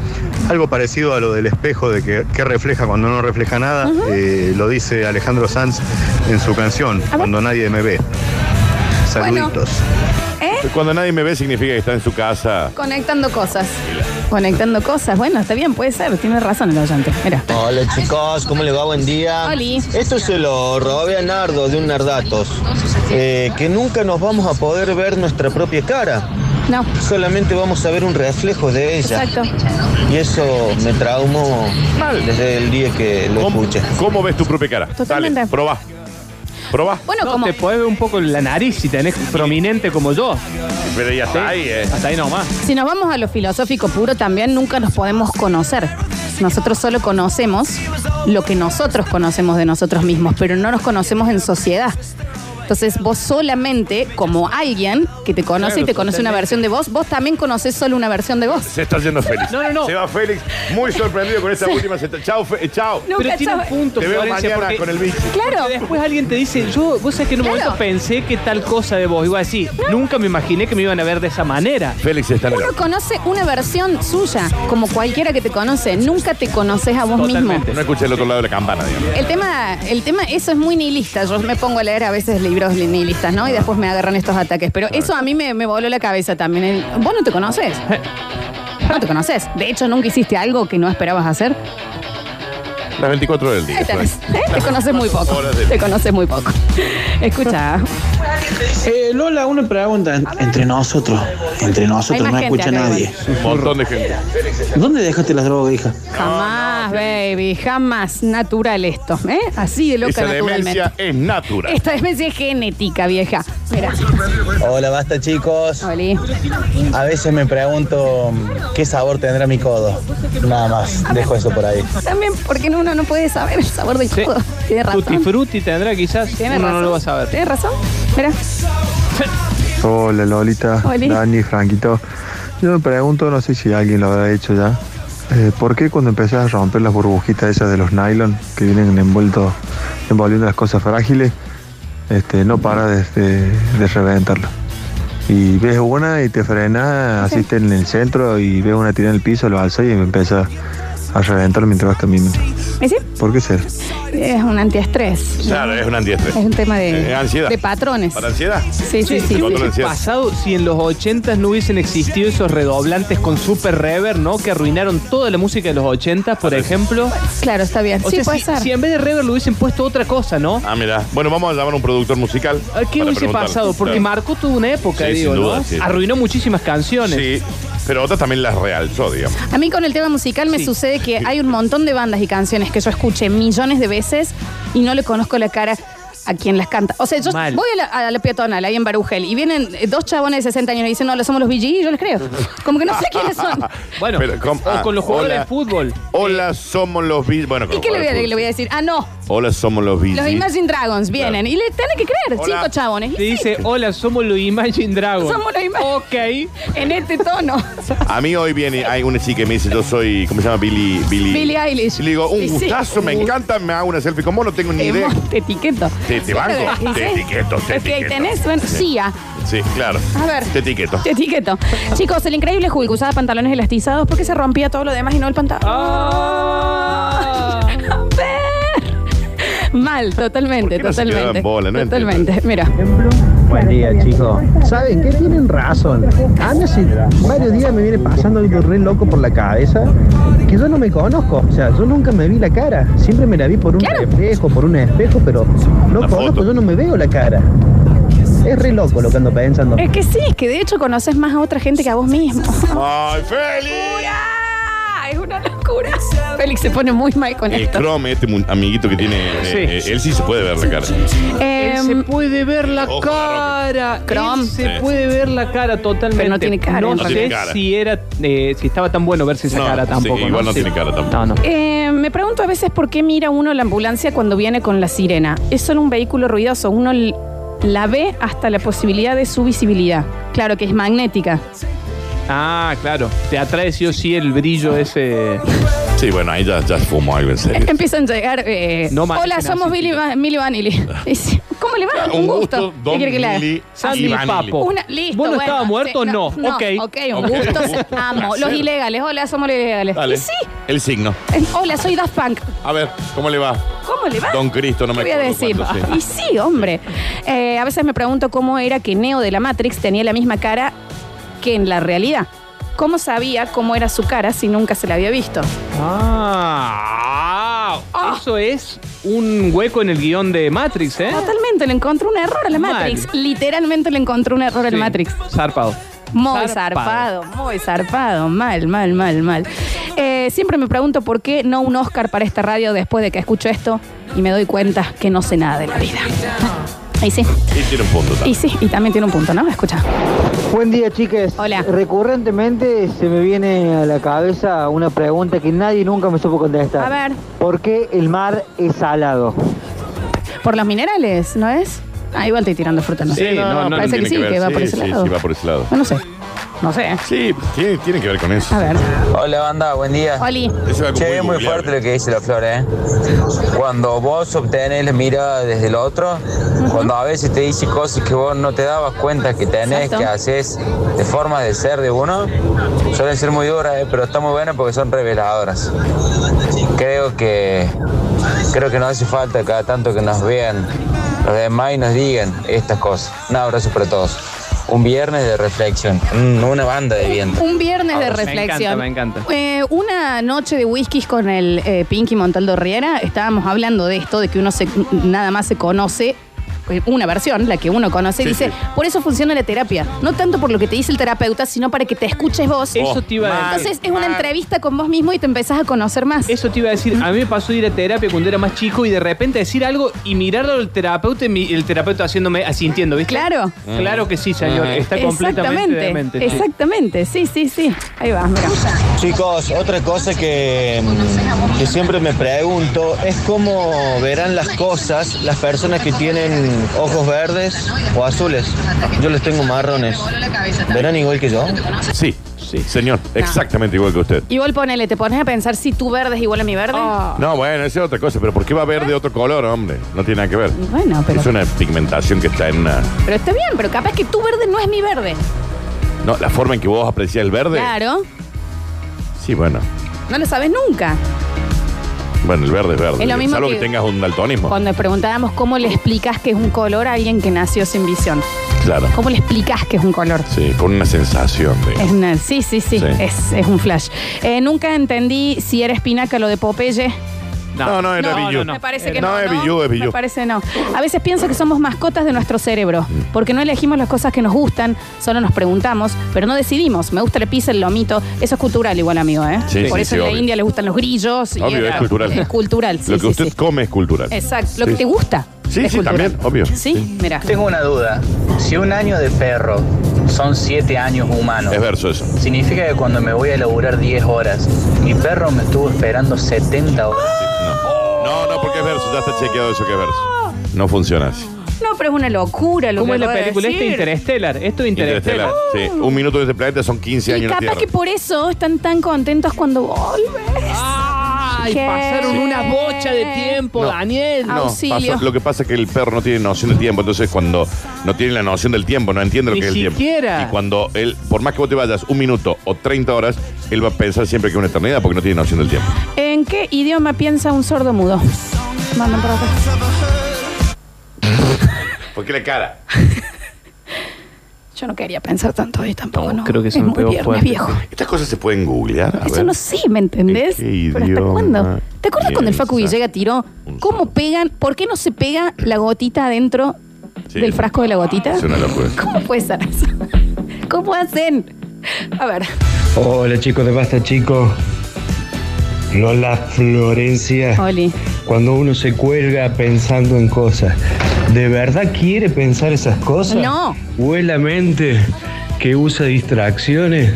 [SPEAKER 11] Algo parecido a lo del espejo, de que, que refleja cuando no refleja nada, eh, lo dice Alejandro Sanz en su canción,
[SPEAKER 1] ver.
[SPEAKER 11] Cuando nadie me ve.
[SPEAKER 1] Bueno.
[SPEAKER 11] Saluditos.
[SPEAKER 2] Cuando nadie me ve significa que está en su casa.
[SPEAKER 1] Conectando cosas. Conectando cosas. Bueno, está bien, puede ser. Tiene razón el oyente. Mira.
[SPEAKER 4] Hola chicos, ¿cómo les va? Buen día.
[SPEAKER 10] Ah,
[SPEAKER 1] Oli.
[SPEAKER 4] Esto se lo robé a Nardo de un Nardatos. eh, que nunca nos vamos a poder ver nuestra propia cara.
[SPEAKER 1] No,
[SPEAKER 4] Solamente vamos a ver un reflejo de ella.
[SPEAKER 1] exacto.
[SPEAKER 4] Y eso me traumó desde el día que lo
[SPEAKER 2] ¿Cómo,
[SPEAKER 4] escuché.
[SPEAKER 2] cómo ves tu propia cara?
[SPEAKER 1] Totalmente.
[SPEAKER 2] Dale, probá. Probá.
[SPEAKER 1] Bueno,
[SPEAKER 3] No,
[SPEAKER 1] como.
[SPEAKER 3] te podés ver un poco la nariz si tenés prominente como yo.
[SPEAKER 2] Pero ya está ahí, eh.
[SPEAKER 3] Hasta ahí nomás.
[SPEAKER 1] Si nos vamos a lo filosófico puro, también nunca nos podemos conocer. Nosotros solo conocemos lo que nosotros conocemos de nosotros mismos, pero no nos conocemos en sociedad. Entonces vos solamente, como alguien que te conoce
[SPEAKER 3] Claro,
[SPEAKER 1] y te conoce una
[SPEAKER 3] totalmente.
[SPEAKER 1] versión de vos, vos también conoces solo una versión de vos.
[SPEAKER 2] Se está yendo Félix.
[SPEAKER 3] No, no, no.
[SPEAKER 2] Se va Félix muy sorprendido con esta última. Se está- Chao, Fe- eh, chao.
[SPEAKER 1] Nunca
[SPEAKER 3] Pero tiene un
[SPEAKER 1] sabe-
[SPEAKER 3] punto,
[SPEAKER 2] Te veo
[SPEAKER 3] Florencia,
[SPEAKER 2] mañana
[SPEAKER 3] porque
[SPEAKER 2] con el bicho.
[SPEAKER 1] Claro.
[SPEAKER 3] después alguien te dice, yo, vos sabés que en un
[SPEAKER 1] Claro.
[SPEAKER 3] momento pensé que tal cosa de vos. Igual así, nunca me imaginé que me iban a ver de esa manera.
[SPEAKER 2] Félix está en el
[SPEAKER 1] Uno conoce una versión suya, como cualquiera que te conoce. Nunca te conoces a vos mismo.
[SPEAKER 3] Totalmente.
[SPEAKER 2] No escuché el otro lado de la campana, digamos.
[SPEAKER 1] El tema, el tema, eso es muy nihilista. Yo me pongo a leer a veces libros nihilistas, ¿no? Y después me agarran estos ataques. Pero eso a mí me, me voló la cabeza también. El, Vos no te conoces. No te conoces. De hecho, nunca hiciste algo que no esperabas hacer.
[SPEAKER 2] Las 24 del día.
[SPEAKER 1] Ahí tenés,
[SPEAKER 2] Félix.
[SPEAKER 1] ¿eh? Te conoces muy poco.
[SPEAKER 2] Horas de-
[SPEAKER 1] Te conoces muy poco. Escucha.
[SPEAKER 10] Eh, Lola, una pregunta. Entre nosotros, entre
[SPEAKER 1] Hay más
[SPEAKER 10] nosotros
[SPEAKER 1] no gente escucha acá, nadie. igual.
[SPEAKER 2] Un montón de gente.
[SPEAKER 10] ¿Dónde dejaste las drogas, hija?
[SPEAKER 1] Jamás, baby. Jamás. Natural esto. ¿eh? Así de loca
[SPEAKER 2] Esa
[SPEAKER 1] naturalmente.
[SPEAKER 2] demencia es natural.
[SPEAKER 1] Esta especie es genética, vieja. Mira.
[SPEAKER 4] Hola, basta chicos.
[SPEAKER 1] Oli.
[SPEAKER 4] A veces me pregunto qué sabor tendrá mi codo. Nada más, dejo eso por ahí.
[SPEAKER 1] También porque uno no puede saber el sabor del
[SPEAKER 3] Sí.
[SPEAKER 1] todo. (laughs) Tiene razón.
[SPEAKER 3] Tutti frutti tendrá quizás.
[SPEAKER 1] Tiene
[SPEAKER 3] uno
[SPEAKER 1] razón.
[SPEAKER 3] no lo va a saber.
[SPEAKER 1] Tiene razón. Mira.
[SPEAKER 11] Hola Lolita,
[SPEAKER 1] Oli.
[SPEAKER 11] Dani, Franquito. Yo me pregunto, no sé si alguien lo habrá hecho ya, eh, ¿por qué cuando empezás a romper las burbujitas esas de los nylon que vienen envueltos, envolviendo las cosas frágiles, este, no para de, de- de reventarlo? Y ves una y te frena, así está en el centro y ves una tirada en el piso, lo alza y empieza a reventar mientras vas caminando.
[SPEAKER 1] ¿Y sí?
[SPEAKER 11] ¿Por qué ser?
[SPEAKER 1] Es un antiestrés.
[SPEAKER 2] Claro, es un antiestrés.
[SPEAKER 1] Es un tema de,
[SPEAKER 2] Eh, ansiedad.
[SPEAKER 1] de patrones.
[SPEAKER 2] ¿Para ansiedad?
[SPEAKER 1] Sí, sí, sí.
[SPEAKER 2] Te controla
[SPEAKER 3] ¿Qué
[SPEAKER 2] ansiedad.
[SPEAKER 3] pasado si en los 80 no hubiesen existido esos redoblantes con super reverb, ¿no? Que arruinaron toda la música de los 80, por ejemplo.
[SPEAKER 1] Claro, está bien.
[SPEAKER 3] O
[SPEAKER 1] sí,
[SPEAKER 3] sea,
[SPEAKER 1] puede
[SPEAKER 3] si,
[SPEAKER 1] ser.
[SPEAKER 3] si en vez de reverb le hubiesen puesto otra cosa, ¿no?
[SPEAKER 2] Ah, mira. Bueno, vamos a llamar a un productor musical.
[SPEAKER 3] ¿A
[SPEAKER 2] Ah, para
[SPEAKER 3] ¿Qué hubiese
[SPEAKER 2] preguntarle.
[SPEAKER 3] pasado? Porque
[SPEAKER 2] Claro.
[SPEAKER 3] marcó toda una época,
[SPEAKER 2] Sí,
[SPEAKER 3] digo,
[SPEAKER 2] sin
[SPEAKER 3] ¿no?
[SPEAKER 2] duda, sí.
[SPEAKER 3] Arruinó muchísimas canciones.
[SPEAKER 2] Sí, pero otras también las realzó, digamos.
[SPEAKER 1] A mí con el tema musical me sucede que hay un montón de bandas y canciones que yo escuché millones de veces y no le conozco la cara a quien las canta. O sea, yo
[SPEAKER 3] Mal.
[SPEAKER 1] voy a la, a la peatonal ahí en Barugel y vienen eh, dos chabones de 60 años y dicen, no, lo somos los BG y yo les creo. Como que no sé quiénes
[SPEAKER 2] (laughs)
[SPEAKER 1] son.
[SPEAKER 3] Bueno,
[SPEAKER 2] Pero, com-
[SPEAKER 3] o con los
[SPEAKER 2] ah,
[SPEAKER 3] jugadores
[SPEAKER 2] hola.
[SPEAKER 3] de fútbol.
[SPEAKER 2] Hola, somos los Bill. Bueno, con
[SPEAKER 1] ¿Y
[SPEAKER 2] los
[SPEAKER 1] qué le voy, a,
[SPEAKER 2] jugadores de
[SPEAKER 1] le voy a decir? Ah, no,
[SPEAKER 2] fútbol. Hola, somos los Bill.
[SPEAKER 1] los Imagine Dragons vienen y le tienen que creer,
[SPEAKER 2] Hola.
[SPEAKER 1] cinco chabones.
[SPEAKER 3] Te dice, hola, somos los Imagine Dragons.
[SPEAKER 1] Somos los Imagine-
[SPEAKER 3] Ok.
[SPEAKER 1] En este tono.
[SPEAKER 2] A mí hoy viene, hay una chica que me dice, yo soy, ¿cómo se llama? Billy. Billy,
[SPEAKER 1] Billie Eilish.
[SPEAKER 2] Y le digo, un
[SPEAKER 1] Y sí.
[SPEAKER 2] gustazo, me encanta, me hago una selfie con vos, no tengo ni idea.
[SPEAKER 1] Hemos- Te etiqueto.
[SPEAKER 2] Te, te banco,
[SPEAKER 1] ¿Y
[SPEAKER 2] te
[SPEAKER 1] sí?
[SPEAKER 2] etiqueto, te
[SPEAKER 1] Es que ahí
[SPEAKER 2] etiqueto.
[SPEAKER 1] tenés, bueno, ah, Sia.
[SPEAKER 2] Sí, claro.
[SPEAKER 1] A ver.
[SPEAKER 2] Te etiqueto.
[SPEAKER 1] Te etiqueto. Chicos, el increíble Hulk usaba pantalones elastizados porque se rompía todo lo demás y no el pantalón. (laughs)
[SPEAKER 3] Ah.
[SPEAKER 1] Mal, totalmente,
[SPEAKER 2] ¿Por qué no se
[SPEAKER 1] totalmente.
[SPEAKER 2] quedaban bola? No
[SPEAKER 1] totalmente. Mira.
[SPEAKER 12] Buen día, chicos. ¿Saben qué? Tienen razón. A mí hace varios días me viene pasando algo re loco por la cabeza que yo no me conozco. O sea, yo nunca me vi la cara. Siempre me la vi por un reflejo, por un espejo, pero no
[SPEAKER 2] La
[SPEAKER 12] conozco,
[SPEAKER 2] foto.
[SPEAKER 12] yo no me veo la cara. Es re loco lo que ando pensando.
[SPEAKER 1] Es que sí, es que de hecho conoces más a otra gente que a vos
[SPEAKER 2] (laughs)
[SPEAKER 1] mismo.
[SPEAKER 2] ¡Ay, Félix!
[SPEAKER 1] ¡Locura! Es una locura. Félix se pone muy mal con
[SPEAKER 2] El
[SPEAKER 1] esto.
[SPEAKER 2] Chrome, este mu- amiguito que tiene, eh,
[SPEAKER 3] Sí.
[SPEAKER 2] eh, él sí se puede ver la cara.
[SPEAKER 1] Eh,
[SPEAKER 3] Él se puede ver la
[SPEAKER 2] Ojo,
[SPEAKER 3] cara.
[SPEAKER 1] Chrome.
[SPEAKER 3] Él se
[SPEAKER 2] Sí.
[SPEAKER 3] puede ver la cara totalmente.
[SPEAKER 1] Pero no tiene cara,
[SPEAKER 3] No,
[SPEAKER 1] en
[SPEAKER 3] sé
[SPEAKER 2] realidad. No tiene
[SPEAKER 3] si era, eh, si estaba tan bueno verse esa
[SPEAKER 2] No,
[SPEAKER 3] cara
[SPEAKER 2] sí,
[SPEAKER 3] tampoco.
[SPEAKER 2] igual no tiene cara tampoco.
[SPEAKER 3] No, no.
[SPEAKER 1] eh, me pregunto a veces por qué mira uno la ambulancia cuando viene con la sirena. Es solo un vehículo ruidoso. Uno l- la ve hasta la posibilidad de su visibilidad. Claro que es magnética.
[SPEAKER 3] Ah, claro. Te atrae sí o sí el brillo ese.
[SPEAKER 2] Sí, bueno, ahí ya, ya fumo algo en serio.
[SPEAKER 1] (laughs) Empiezan a llegar. eh,
[SPEAKER 3] No manejen
[SPEAKER 1] Hola,
[SPEAKER 3] así,
[SPEAKER 1] somos Billy,
[SPEAKER 3] chicos.
[SPEAKER 1] Van- Milli Vanilli. Y dice, ¿Cómo le va? un Este gusto. ¿Qué
[SPEAKER 2] Don
[SPEAKER 1] quiere que le haga? Oh.
[SPEAKER 2] Lili
[SPEAKER 3] Sandy
[SPEAKER 2] y Vanilli.
[SPEAKER 3] Papo.
[SPEAKER 1] Una, listo,
[SPEAKER 3] ¿Vos no
[SPEAKER 1] bueno,
[SPEAKER 3] estabas
[SPEAKER 1] sí,
[SPEAKER 3] muerto? No. Ok.
[SPEAKER 1] Ok, un
[SPEAKER 2] Ok.
[SPEAKER 1] gusto. Amo. Los
[SPEAKER 2] Placer.
[SPEAKER 1] ilegales. Hola, somos los ilegales.
[SPEAKER 2] Dale.
[SPEAKER 1] Y sí.
[SPEAKER 2] El signo.
[SPEAKER 1] eh, Hola, soy Daft Punk.
[SPEAKER 2] A ver, ¿cómo le va?
[SPEAKER 1] ¿Cómo le va?
[SPEAKER 2] Don Cristo, no me
[SPEAKER 1] ¿Qué voy a
[SPEAKER 2] acuerdo
[SPEAKER 1] decir?
[SPEAKER 2] cuánto, sí.
[SPEAKER 1] Y sí, hombre. Eh, a veces me pregunto cómo era que Neo de la Matrix tenía la misma cara que en la realidad. ¿Cómo sabía cómo era su cara si nunca se la había visto?
[SPEAKER 3] Ah.
[SPEAKER 1] Ah.
[SPEAKER 3] Eso es un hueco en el guión de Matrix, ¿eh?
[SPEAKER 1] Totalmente, le encontró un error a la
[SPEAKER 3] Mal.
[SPEAKER 1] Matrix. Literalmente le encontró un error a la
[SPEAKER 3] Sí.
[SPEAKER 1] Matrix.
[SPEAKER 3] Zarpado.
[SPEAKER 1] Muy zarpado. muy zarpado. Mal, mal, mal, mal. Eh, siempre me pregunto por qué no un Oscar para esta radio después de que escucho esto y me doy cuenta que no sé nada de la vida. (laughs) Y sí,
[SPEAKER 2] Y tiene un punto
[SPEAKER 1] y
[SPEAKER 2] también.
[SPEAKER 1] sí, y también tiene un punto, ¿no? Escucha.
[SPEAKER 12] Buen día, chiques.
[SPEAKER 1] Hola.
[SPEAKER 12] Recurrentemente se me viene a la cabeza una pregunta que nadie nunca me supo contestar.
[SPEAKER 1] A ver.
[SPEAKER 12] ¿Por qué el mar es salado?
[SPEAKER 1] Por los minerales, ¿no es? Ah, igual estoy tirando fruta, ¿no?
[SPEAKER 3] Sí,
[SPEAKER 1] sé.
[SPEAKER 3] no, no,
[SPEAKER 1] parece que
[SPEAKER 2] tiene
[SPEAKER 1] sí, que,
[SPEAKER 2] ver.
[SPEAKER 1] va por ese
[SPEAKER 2] sí,
[SPEAKER 1] lado.
[SPEAKER 2] Sí, va por ese lado.
[SPEAKER 1] No, no sé. No sé.
[SPEAKER 2] Sí, tiene, tiene que ver con eso.
[SPEAKER 1] A ver.
[SPEAKER 5] Hola, banda, buen día.
[SPEAKER 1] Oli.
[SPEAKER 2] Eso es algo
[SPEAKER 5] Che, es muy
[SPEAKER 2] googleable.
[SPEAKER 5] fuerte lo que dice la flor, ¿eh? Cuando vos obtenés la mirada desde el otro, cuando a veces te dice cosas que vos no te dabas cuenta que tenés,
[SPEAKER 1] Exacto.
[SPEAKER 5] que haces, de forma de ser de uno, suelen ser muy duras, ¿eh? pero están muy buenas porque son reveladoras. Creo que creo que no hace falta cada tanto que nos vean los demás y nos digan estas cosas. Un abrazo para todos. Un viernes de reflexión. Mm, una banda de viento.
[SPEAKER 1] Un viernes de
[SPEAKER 3] Me
[SPEAKER 1] reflexión.
[SPEAKER 3] encanta,
[SPEAKER 1] Eh, una noche de whiskies con el eh, Pinky Montaldo Riera, estábamos hablando de esto, de que uno se, nada más se conoce eh, una versión, la que uno conoce, y
[SPEAKER 2] Sí,
[SPEAKER 1] dice,
[SPEAKER 2] sí.
[SPEAKER 1] por eso funciona la terapia. No tanto por lo que te dice el terapeuta, sino para que te escuches vos.
[SPEAKER 2] Oh,
[SPEAKER 3] Eso te iba a decir.
[SPEAKER 1] Entonces es una entrevista con vos mismo y te empezás a conocer más.
[SPEAKER 3] Eso te iba a decir, a mí me pasó de ir a terapia cuando era más chico y de repente decir algo y mirarlo al terapeuta y mi- el terapeuta haciéndome asintiendo, ¿viste?
[SPEAKER 1] Claro.
[SPEAKER 3] Claro que sí, señor. Está completamente de mente,
[SPEAKER 1] Exactamente.
[SPEAKER 3] sí.
[SPEAKER 1] Exactamente. Sí, sí, sí. Ahí va, mira.
[SPEAKER 13] Chicos, otra cosa que, mm, que siempre me pregunto es cómo verán las cosas las personas que tienen ojos verdes o azules. Yo les tengo marrones. ¿Verán igual que yo?
[SPEAKER 2] Sí, sí, señor.
[SPEAKER 1] Ah.
[SPEAKER 2] Exactamente igual que usted.
[SPEAKER 1] Igual ponele, te pones a pensar si tu verde es igual a mi verde.
[SPEAKER 2] No, bueno, esa es otra cosa, pero ¿por qué va a ver de otro color, hombre? No tiene nada que ver.
[SPEAKER 1] Bueno, pero-
[SPEAKER 2] Es una pigmentación que está en una...
[SPEAKER 1] Pero está bien, pero capaz que tu verde no es mi verde.
[SPEAKER 2] No, la forma en que vos apreciás el verde.
[SPEAKER 1] Claro,
[SPEAKER 2] Sí, bueno.
[SPEAKER 1] no lo sabes nunca.
[SPEAKER 2] Bueno, el verde es verde.
[SPEAKER 1] Es lo mismo
[SPEAKER 2] Salvo que...
[SPEAKER 1] que-
[SPEAKER 2] tengas un daltonismo.
[SPEAKER 1] Cuando preguntábamos cómo le explicas que es un color a alguien que nació sin visión.
[SPEAKER 2] Claro.
[SPEAKER 1] ¿Cómo le explicas que es un color?
[SPEAKER 2] Sí, con una sensación de...
[SPEAKER 1] Es una- sí, sí, sí,
[SPEAKER 2] Sí.
[SPEAKER 1] Es, es un flash. Eh, nunca entendí si era espinaca lo de Popeye.
[SPEAKER 2] No, no, Eh, era Billú.
[SPEAKER 1] Me parece que
[SPEAKER 2] no.
[SPEAKER 1] no.
[SPEAKER 2] es Billú, es
[SPEAKER 1] Me
[SPEAKER 2] Billú.
[SPEAKER 1] parece no. A veces pienso que somos mascotas de nuestro cerebro,
[SPEAKER 2] Mm.
[SPEAKER 1] porque no elegimos las cosas que nos gustan, solo nos preguntamos, pero no decidimos. Me gusta la pizza, el lomito. Eso es cultural igual, amigo, ¿eh?
[SPEAKER 2] Sí,
[SPEAKER 1] Por
[SPEAKER 2] sí,
[SPEAKER 1] eso
[SPEAKER 2] sí,
[SPEAKER 1] en la
[SPEAKER 2] obvio.
[SPEAKER 1] India les gustan los grillos. y
[SPEAKER 2] Obvio,
[SPEAKER 1] era-
[SPEAKER 2] es cultural.
[SPEAKER 1] Es cultural, sí,
[SPEAKER 2] Lo que
[SPEAKER 1] sí,
[SPEAKER 2] usted
[SPEAKER 1] sí.
[SPEAKER 2] come es cultural.
[SPEAKER 1] Exacto, lo
[SPEAKER 2] Sí.
[SPEAKER 1] que te gusta.
[SPEAKER 2] Sí,
[SPEAKER 1] es
[SPEAKER 2] sí,
[SPEAKER 1] cultural.
[SPEAKER 2] también, obvio.
[SPEAKER 1] Sí, mira.
[SPEAKER 14] Tengo una duda. Si un año de perro son 7 años humanos.
[SPEAKER 2] Es verso eso.
[SPEAKER 14] Significa que cuando me voy a laburar 10 horas, mi perro me estuvo esperando 70 horas.
[SPEAKER 2] No, no, porque es verso. Ya está chequeado eso que es verso. No funciona así.
[SPEAKER 1] No, pero es una locura lo
[SPEAKER 3] ¿Cómo
[SPEAKER 1] que
[SPEAKER 3] es la
[SPEAKER 1] acabo de
[SPEAKER 3] película Este esta
[SPEAKER 1] decir.
[SPEAKER 3] Interstellar? Esto es Interstellar.
[SPEAKER 2] Interestelar. Sí. Un minuto de este planeta son 15 años en la
[SPEAKER 1] Capaz
[SPEAKER 2] Tierra.
[SPEAKER 1] que por eso están tan contentos cuando volves.
[SPEAKER 3] Ay, pasaron una bocha de tiempo, Daniel.
[SPEAKER 2] No, pasó- lo que pasa es que el perro no tiene noción de tiempo, entonces cuando no tiene la noción del tiempo, no entiende lo
[SPEAKER 3] Ni
[SPEAKER 2] que es el
[SPEAKER 3] siquiera.
[SPEAKER 2] tiempo. Y cuando él, por más que vos te vayas un minuto o 30 horas, él va a pensar siempre que es una eternidad porque no tiene noción del tiempo.
[SPEAKER 1] ¿En qué idioma piensa un sordo mudo? Mandan por acá.
[SPEAKER 2] ¿Por qué la cara?
[SPEAKER 1] Yo no quería pensar tanto hoy tampoco, ¿no?
[SPEAKER 2] creo que se
[SPEAKER 1] es
[SPEAKER 2] me
[SPEAKER 1] muy
[SPEAKER 2] pegó
[SPEAKER 1] viernes,
[SPEAKER 2] fuerte.
[SPEAKER 1] viejo.
[SPEAKER 2] Estas cosas se pueden googlear. A
[SPEAKER 1] Eso
[SPEAKER 2] ver.
[SPEAKER 1] no sé, ¿me entendés?
[SPEAKER 2] ¿Qué
[SPEAKER 1] Pero ¿hasta
[SPEAKER 2] idioma
[SPEAKER 1] cuándo? ¿Te acuerdas cuando el Facu
[SPEAKER 2] piensa?
[SPEAKER 1] Villega tiró? ¿Cómo pegan? ¿Por qué no se pega la gotita adentro
[SPEAKER 2] Sí.
[SPEAKER 1] del frasco de la gotita?
[SPEAKER 2] Es una locura.
[SPEAKER 1] ¿Cómo puede ser eso? ¿Cómo hacen? A ver.
[SPEAKER 15] Hola chicos de Basta Chicos. Lola Florencia.
[SPEAKER 1] Oli.
[SPEAKER 15] Cuando uno se cuelga pensando en cosas, ¿de verdad quiere pensar esas cosas?
[SPEAKER 1] No.
[SPEAKER 15] ¿O es la mente que usa distracciones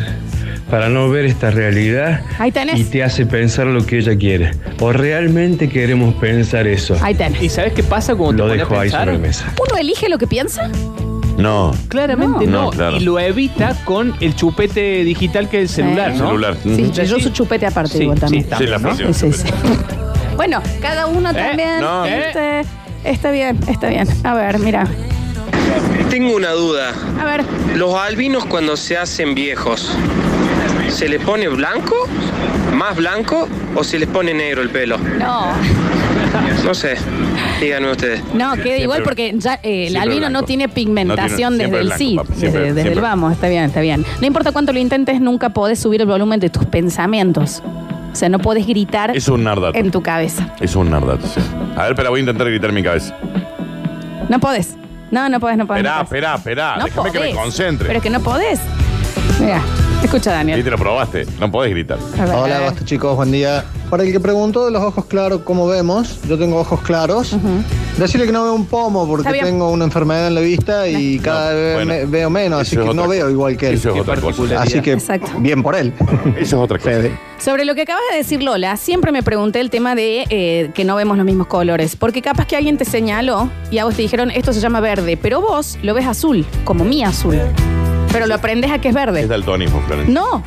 [SPEAKER 15] para no ver esta realidad
[SPEAKER 1] Ahí tenés.
[SPEAKER 15] y te hace pensar lo que ella quiere? ¿O realmente queremos pensar eso?
[SPEAKER 1] Ahí tenés.
[SPEAKER 3] ¿Y sabes qué pasa cuando
[SPEAKER 15] Lo
[SPEAKER 3] te pones
[SPEAKER 15] dejo
[SPEAKER 3] a
[SPEAKER 15] ahí
[SPEAKER 3] pensar?
[SPEAKER 15] sobre la mesa.
[SPEAKER 1] ¿Uno elige lo que piensa?
[SPEAKER 2] No.
[SPEAKER 3] Claramente no.
[SPEAKER 2] No, claro.
[SPEAKER 3] Y lo evita con el chupete digital que es el celular,
[SPEAKER 2] El
[SPEAKER 3] ¿no?
[SPEAKER 2] celular.
[SPEAKER 1] Sí,
[SPEAKER 3] Ujú.
[SPEAKER 1] yo su chupete aparte
[SPEAKER 3] Sí,
[SPEAKER 1] igual también.
[SPEAKER 3] sí, también,
[SPEAKER 2] Sí, la
[SPEAKER 3] ¿no?
[SPEAKER 2] función.
[SPEAKER 1] Sí, sí. Bueno, cada uno
[SPEAKER 15] Eh,
[SPEAKER 1] también.
[SPEAKER 15] no.
[SPEAKER 1] este, Está bien, está bien. A ver, mira.
[SPEAKER 16] Tengo una duda.
[SPEAKER 1] A ver.
[SPEAKER 16] Los albinos cuando se hacen viejos, ¿se les pone blanco? ¿Más blanco? ¿O se les pone negro el pelo?
[SPEAKER 1] No,
[SPEAKER 16] No sé. Díganme ustedes.
[SPEAKER 1] no, queda igual porque ya eh, el
[SPEAKER 16] siempre
[SPEAKER 1] albino
[SPEAKER 16] blanco.
[SPEAKER 1] no tiene
[SPEAKER 16] No tiene-
[SPEAKER 1] pigmentación
[SPEAKER 16] siempre
[SPEAKER 1] desde el
[SPEAKER 16] blanco,
[SPEAKER 1] sí,
[SPEAKER 16] papi,
[SPEAKER 1] desde,
[SPEAKER 16] siempre-
[SPEAKER 1] desde el
[SPEAKER 16] siempre.
[SPEAKER 1] vamos, está bien, está bien. No importa cuánto lo intentes, nunca podés subir el volumen de tus pensamientos. O sea, no podés gritar
[SPEAKER 2] Es un nardato.
[SPEAKER 1] en tu cabeza.
[SPEAKER 2] Es un nardato, sí. A ver, pero voy a intentar gritar en mi cabeza.
[SPEAKER 1] No podés. No, no podés, no podés.
[SPEAKER 2] Esperá,
[SPEAKER 1] no podés.
[SPEAKER 2] esperá, esperá.
[SPEAKER 1] pues, No
[SPEAKER 2] Déjame que me
[SPEAKER 1] podés.
[SPEAKER 2] concentre.
[SPEAKER 1] Pero es que no podés. Mira, escucha, Daniel.
[SPEAKER 2] Y te lo probaste. No podés gritar.
[SPEAKER 17] Hola, basta chicos, buen día. Para el que preguntó de los ojos claros, ¿cómo vemos? Yo tengo ojos claros. Decirle que no veo un pomo porque
[SPEAKER 1] Está bien.
[SPEAKER 17] tengo una enfermedad en la vista y cada vez
[SPEAKER 2] bueno.
[SPEAKER 17] me- veo menos, así
[SPEAKER 2] Eso es
[SPEAKER 17] que no
[SPEAKER 2] otra-
[SPEAKER 17] veo igual que él.
[SPEAKER 2] eso es Qué otra cosa. particularidad.
[SPEAKER 17] Así que
[SPEAKER 1] Exacto.
[SPEAKER 17] bien por él.
[SPEAKER 2] (laughs) Eso es otra cosa.
[SPEAKER 1] Sobre lo que acabas de decir, Lola, siempre me pregunté el tema de eh, que no vemos los mismos colores. Porque capaz que alguien te señaló y a vos te dijeron, esto se llama verde, pero vos lo ves azul, como mi azul. Pero lo aprendes a que es verde.
[SPEAKER 2] Es daltonismo, Florencia.
[SPEAKER 1] No.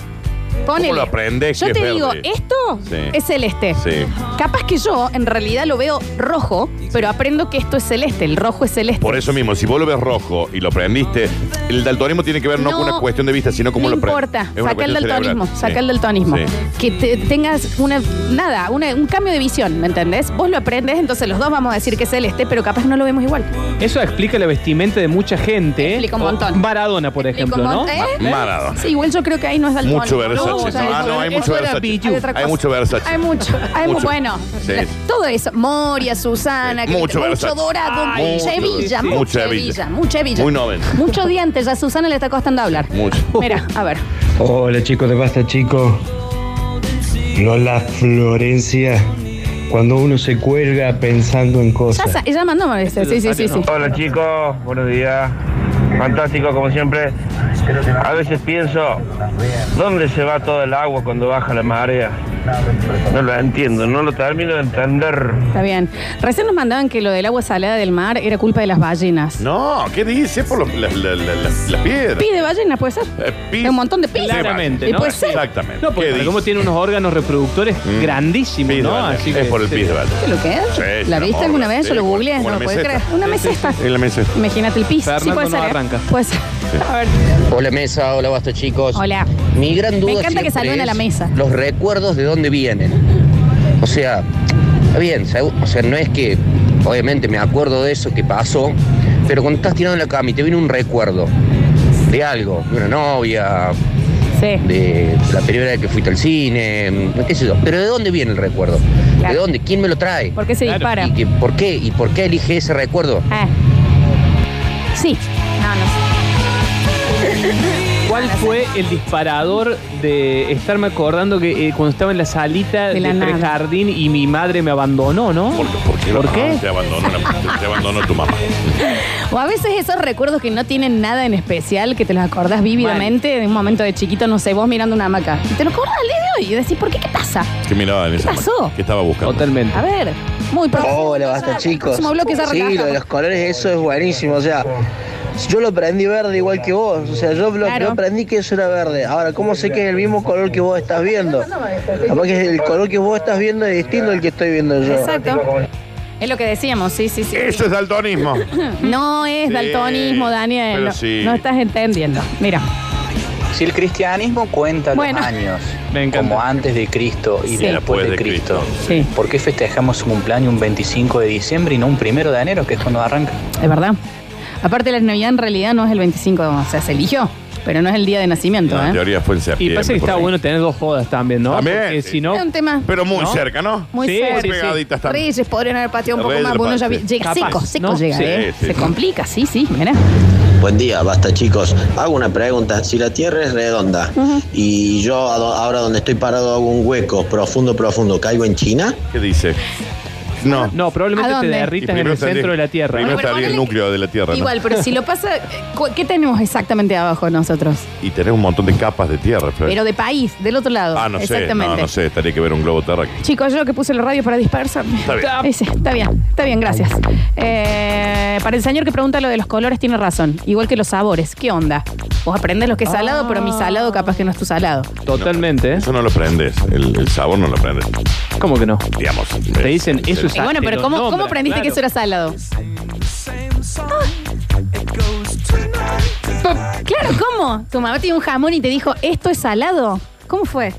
[SPEAKER 1] Ponele.
[SPEAKER 2] ¿Cómo lo aprendes
[SPEAKER 1] Yo
[SPEAKER 2] que
[SPEAKER 1] te
[SPEAKER 2] es
[SPEAKER 1] digo, este.
[SPEAKER 2] verde?
[SPEAKER 1] esto
[SPEAKER 2] Sí.
[SPEAKER 1] es celeste.
[SPEAKER 2] Sí.
[SPEAKER 1] Capaz que yo en realidad lo veo rojo, pero aprendo que esto es celeste, el rojo es celeste.
[SPEAKER 2] Por eso mismo, si vos lo ves rojo y lo prendiste, el daltonismo tiene que ver no, con
[SPEAKER 1] No,
[SPEAKER 2] una cuestión de vista, sino como
[SPEAKER 1] No
[SPEAKER 2] lo prendes.
[SPEAKER 1] importa, saca el daltonismo, saca el daltonismo. Que te- tengas una, nada, una- un cambio de visión, ¿me entendés? Vos lo aprendes, entonces los dos vamos a decir que es celeste, pero capaz no lo vemos igual.
[SPEAKER 3] Eso explica la vestimenta de mucha gente. ¿eh?
[SPEAKER 1] Explica un
[SPEAKER 3] O-
[SPEAKER 1] montón.
[SPEAKER 3] Maradona, por ejemplo,
[SPEAKER 1] un
[SPEAKER 3] ¿no?
[SPEAKER 1] montón. ¿Eh?
[SPEAKER 2] Maradona.
[SPEAKER 1] Sí, igual yo creo que ahí no es daltonismo.
[SPEAKER 2] Mucho
[SPEAKER 1] ya
[SPEAKER 2] Versace. No, ah,
[SPEAKER 1] es-
[SPEAKER 2] no, hay mucho
[SPEAKER 1] eso era
[SPEAKER 2] Versace.
[SPEAKER 1] Biju.
[SPEAKER 2] Hay
[SPEAKER 1] otra cosa.
[SPEAKER 2] mucho Versace.
[SPEAKER 1] Hay mucho, hay
[SPEAKER 2] Mucho.
[SPEAKER 1] mu- bueno.
[SPEAKER 2] Sí.
[SPEAKER 1] la- todo eso, Moria, Susana, que-
[SPEAKER 2] Mucho Versace.
[SPEAKER 1] dorado,
[SPEAKER 2] Ay,
[SPEAKER 1] mucha
[SPEAKER 2] mucho,
[SPEAKER 1] hebilla,
[SPEAKER 2] sí.
[SPEAKER 1] mucha
[SPEAKER 2] Mucha
[SPEAKER 1] hebilla,
[SPEAKER 2] hebilla.
[SPEAKER 1] mucha hebilla.
[SPEAKER 15] Muy noventa.
[SPEAKER 1] Mucho diente, ya a Susana le está costando hablar.
[SPEAKER 15] Mucho.
[SPEAKER 1] Mira, a ver.
[SPEAKER 15] Hola chicos de Basta Chicos. Lola Florencia. Cuando uno se cuelga pensando en
[SPEAKER 1] Ya,
[SPEAKER 15] cosas.
[SPEAKER 1] sa- ya mandó a
[SPEAKER 2] este
[SPEAKER 1] veces, sí, sí, sí, sí.
[SPEAKER 18] Hola chicos, buenos días. Fantástico como siempre. A veces pienso, ¿dónde se va todo el agua cuando baja la marea? No lo entiendo, no lo termino de entender.
[SPEAKER 1] Está bien. Recién nos mandaban que lo del agua salada del mar era culpa de las ballenas.
[SPEAKER 2] No, ¿qué dice? Por los- las- las- las- las piedras.
[SPEAKER 1] Pi de ballena, ¿puede ser?
[SPEAKER 2] Eh, pi-
[SPEAKER 1] Es un montón de pi.
[SPEAKER 3] Claramente,
[SPEAKER 1] Y
[SPEAKER 3] ¿no?
[SPEAKER 1] puede ser.
[SPEAKER 2] Exactamente.
[SPEAKER 3] No, porque
[SPEAKER 2] ¿Qué
[SPEAKER 3] para
[SPEAKER 2] dice?
[SPEAKER 3] cómo tiene unos
[SPEAKER 2] (laughs)
[SPEAKER 3] órganos reproductores grandísimos,
[SPEAKER 2] Pis de
[SPEAKER 3] ¿no?
[SPEAKER 2] baño.
[SPEAKER 3] Así este-
[SPEAKER 2] Es por el
[SPEAKER 3] sí.
[SPEAKER 2] pis de baño.
[SPEAKER 1] ¿Sabes lo que
[SPEAKER 2] Sí,
[SPEAKER 1] es?
[SPEAKER 2] es
[SPEAKER 1] ¿La
[SPEAKER 2] una
[SPEAKER 1] viste
[SPEAKER 2] morra,
[SPEAKER 1] alguna vez?
[SPEAKER 2] sí,
[SPEAKER 1] Yo lo googleé, no
[SPEAKER 2] como
[SPEAKER 1] lo
[SPEAKER 2] la
[SPEAKER 1] puedes
[SPEAKER 2] meseta.
[SPEAKER 1] creer. Una
[SPEAKER 2] Sí,
[SPEAKER 1] meseta.
[SPEAKER 2] sí, sí. Es la meseta.
[SPEAKER 1] Imagínate el pis. sí,
[SPEAKER 19] Fernando
[SPEAKER 1] puede
[SPEAKER 19] no
[SPEAKER 1] ser. ¿eh?
[SPEAKER 19] arranca.
[SPEAKER 1] Puede ser. A ver.
[SPEAKER 19] Hola mesa, hola basta chicos.
[SPEAKER 1] Hola.
[SPEAKER 19] Mi gran duda
[SPEAKER 1] Me encanta
[SPEAKER 19] siempre
[SPEAKER 1] que saluden a la
[SPEAKER 19] es
[SPEAKER 1] mesa.
[SPEAKER 19] Los recuerdos de dónde vienen. O sea, está bien, segu- o sea, no es que obviamente me acuerdo de eso que pasó, pero cuando estás tirado en la cama y te viene un recuerdo de algo, de una novia, de la primera vez que fuiste al cine, qué sé yo, pero ¿de dónde viene el recuerdo? ¿De dónde? ¿Quién me lo trae?
[SPEAKER 1] ¿Por qué se dispara?
[SPEAKER 19] ¿Y que- por qué? ¿Y por qué elige ese recuerdo?
[SPEAKER 1] Ah. Sí. No, no sé.
[SPEAKER 3] ¿Cuál fue el disparador de estarme acordando que eh, cuando estaba en la salita
[SPEAKER 1] De
[SPEAKER 3] de,
[SPEAKER 1] la nada.
[SPEAKER 3] jardín y mi madre me abandonó, ¿no? ¿Por,
[SPEAKER 2] qué? Ah,
[SPEAKER 3] ¿Por qué?
[SPEAKER 2] Te
[SPEAKER 1] (laughs)
[SPEAKER 2] abandonó, una- te abandonó tu mamá.
[SPEAKER 1] O a veces esos recuerdos que no tienen nada en especial, que te los acordás vívidamente de un momento de chiquito, no sé, vos mirando una hamaca. Y te lo acordás al día de hoy y decís, ¿por qué? ¿Qué pasa?
[SPEAKER 2] ¿Qué miraba en esa
[SPEAKER 1] pasó?
[SPEAKER 2] mano? ¿Qué estaba buscando?
[SPEAKER 3] Totalmente.
[SPEAKER 1] A ver, muy pronto.
[SPEAKER 20] Hola, basta chicos.
[SPEAKER 1] Próximo bloque ya
[SPEAKER 20] Sí, lo
[SPEAKER 1] arrancamos.
[SPEAKER 20] de los colores, eso es buenísimo. O sea, yo lo aprendí verde igual que vos. O sea, yo lo,
[SPEAKER 1] Claro.
[SPEAKER 20] yo aprendí que eso era verde. Ahora, ¿cómo sé que es el mismo color que vos estás viendo? Capaz que el color que vos estás viendo es distinto al que estoy viendo yo.
[SPEAKER 1] Exacto. Es lo que decíamos, sí, sí, sí.
[SPEAKER 2] Eso es daltonismo.
[SPEAKER 1] (laughs) No es
[SPEAKER 2] Sí,
[SPEAKER 1] daltonismo, Daniel.
[SPEAKER 14] pero
[SPEAKER 1] No,
[SPEAKER 14] sí.
[SPEAKER 1] no estás entendiendo. Mira.
[SPEAKER 14] Si el cristianismo cuenta
[SPEAKER 1] Bueno.
[SPEAKER 14] los años como antes de Cristo y
[SPEAKER 1] Sí.
[SPEAKER 14] después de Cristo, ¿por qué festejamos su cumpleaños un 25 de diciembre y no un primero de enero, que es cuando arranca?
[SPEAKER 1] Es verdad. Aparte, la Navidad en realidad no es el 25, o sea, se eligió, pero no es el día de nacimiento,
[SPEAKER 2] No, en
[SPEAKER 1] ¿eh?
[SPEAKER 2] teoría fue en septiembre.
[SPEAKER 3] Y pasa que
[SPEAKER 2] por
[SPEAKER 3] está
[SPEAKER 2] ahí.
[SPEAKER 3] bueno tener dos jodas también, ¿no?
[SPEAKER 2] También,
[SPEAKER 3] Porque
[SPEAKER 2] sí.
[SPEAKER 3] si no.
[SPEAKER 1] Es un tema.
[SPEAKER 2] Pero muy cerca, ¿no?
[SPEAKER 1] Muy
[SPEAKER 3] Sí,
[SPEAKER 1] cerca.
[SPEAKER 3] sí, sí.
[SPEAKER 2] Pegaditas también.
[SPEAKER 1] Reyes podrían haber pateado un poco
[SPEAKER 2] Reyes
[SPEAKER 1] más,
[SPEAKER 2] lo
[SPEAKER 1] porque uno ya vi-
[SPEAKER 2] patea.
[SPEAKER 1] llega
[SPEAKER 2] Capaz,
[SPEAKER 1] seco, seco
[SPEAKER 2] ¿no?
[SPEAKER 1] llega,
[SPEAKER 2] Sí,
[SPEAKER 1] ¿eh?
[SPEAKER 2] sí,
[SPEAKER 1] se
[SPEAKER 2] sí.
[SPEAKER 1] complica, sí, sí, mira.
[SPEAKER 21] Buen día, basta chicos. Hago una pregunta. Si la Tierra es redonda
[SPEAKER 1] Ujú.
[SPEAKER 21] y yo a do- ahora donde estoy parado hago un hueco profundo, profundo, ¿caigo en China?
[SPEAKER 2] ¿Qué dice? No.
[SPEAKER 3] No, probablemente
[SPEAKER 1] ¿A
[SPEAKER 3] te
[SPEAKER 1] dónde?
[SPEAKER 2] Y
[SPEAKER 3] derritas en
[SPEAKER 2] primero
[SPEAKER 3] el
[SPEAKER 2] estaría-
[SPEAKER 3] centro de la Tierra.
[SPEAKER 1] Bueno,
[SPEAKER 2] Primero
[SPEAKER 1] pero
[SPEAKER 2] estaría el
[SPEAKER 1] ponele
[SPEAKER 2] núcleo de la Tierra. ¿no?
[SPEAKER 1] Igual, pero si lo pasa, eh, cu- ¿qué tenemos exactamente abajo nosotros?
[SPEAKER 2] Y tenés un montón de capas de tierra, Flor.
[SPEAKER 1] Pero de país, del otro lado.
[SPEAKER 2] Pues. Ah, no sé.
[SPEAKER 1] Exactamente.
[SPEAKER 2] No, no sé. Estaría que ver un globo terráqueo.
[SPEAKER 1] Chicos, yo que puse la radio para dispersarme.
[SPEAKER 2] Está bien.
[SPEAKER 1] (laughs) Ese, está bien, está bien, gracias. Eh, para el señor que pregunta lo de los colores, tiene razón. Igual que los sabores. ¿Qué onda? Vos aprendes lo que es salado, pero mi salado capaz que no es tu salado.
[SPEAKER 3] Totalmente. ¿eh?
[SPEAKER 2] Eso no lo prendes. El, el sabor no lo prendes.
[SPEAKER 3] ¿Cómo que no?
[SPEAKER 2] Digamos.
[SPEAKER 3] Te dicen, eso es
[SPEAKER 1] Y bueno, pero ¿cómo, ¿cómo aprendiste que eso era salado? Pa- Claro, ¿cómo? Tu mamá tiene un jamón y te dijo, ¿esto es salado? ¿Cómo fue?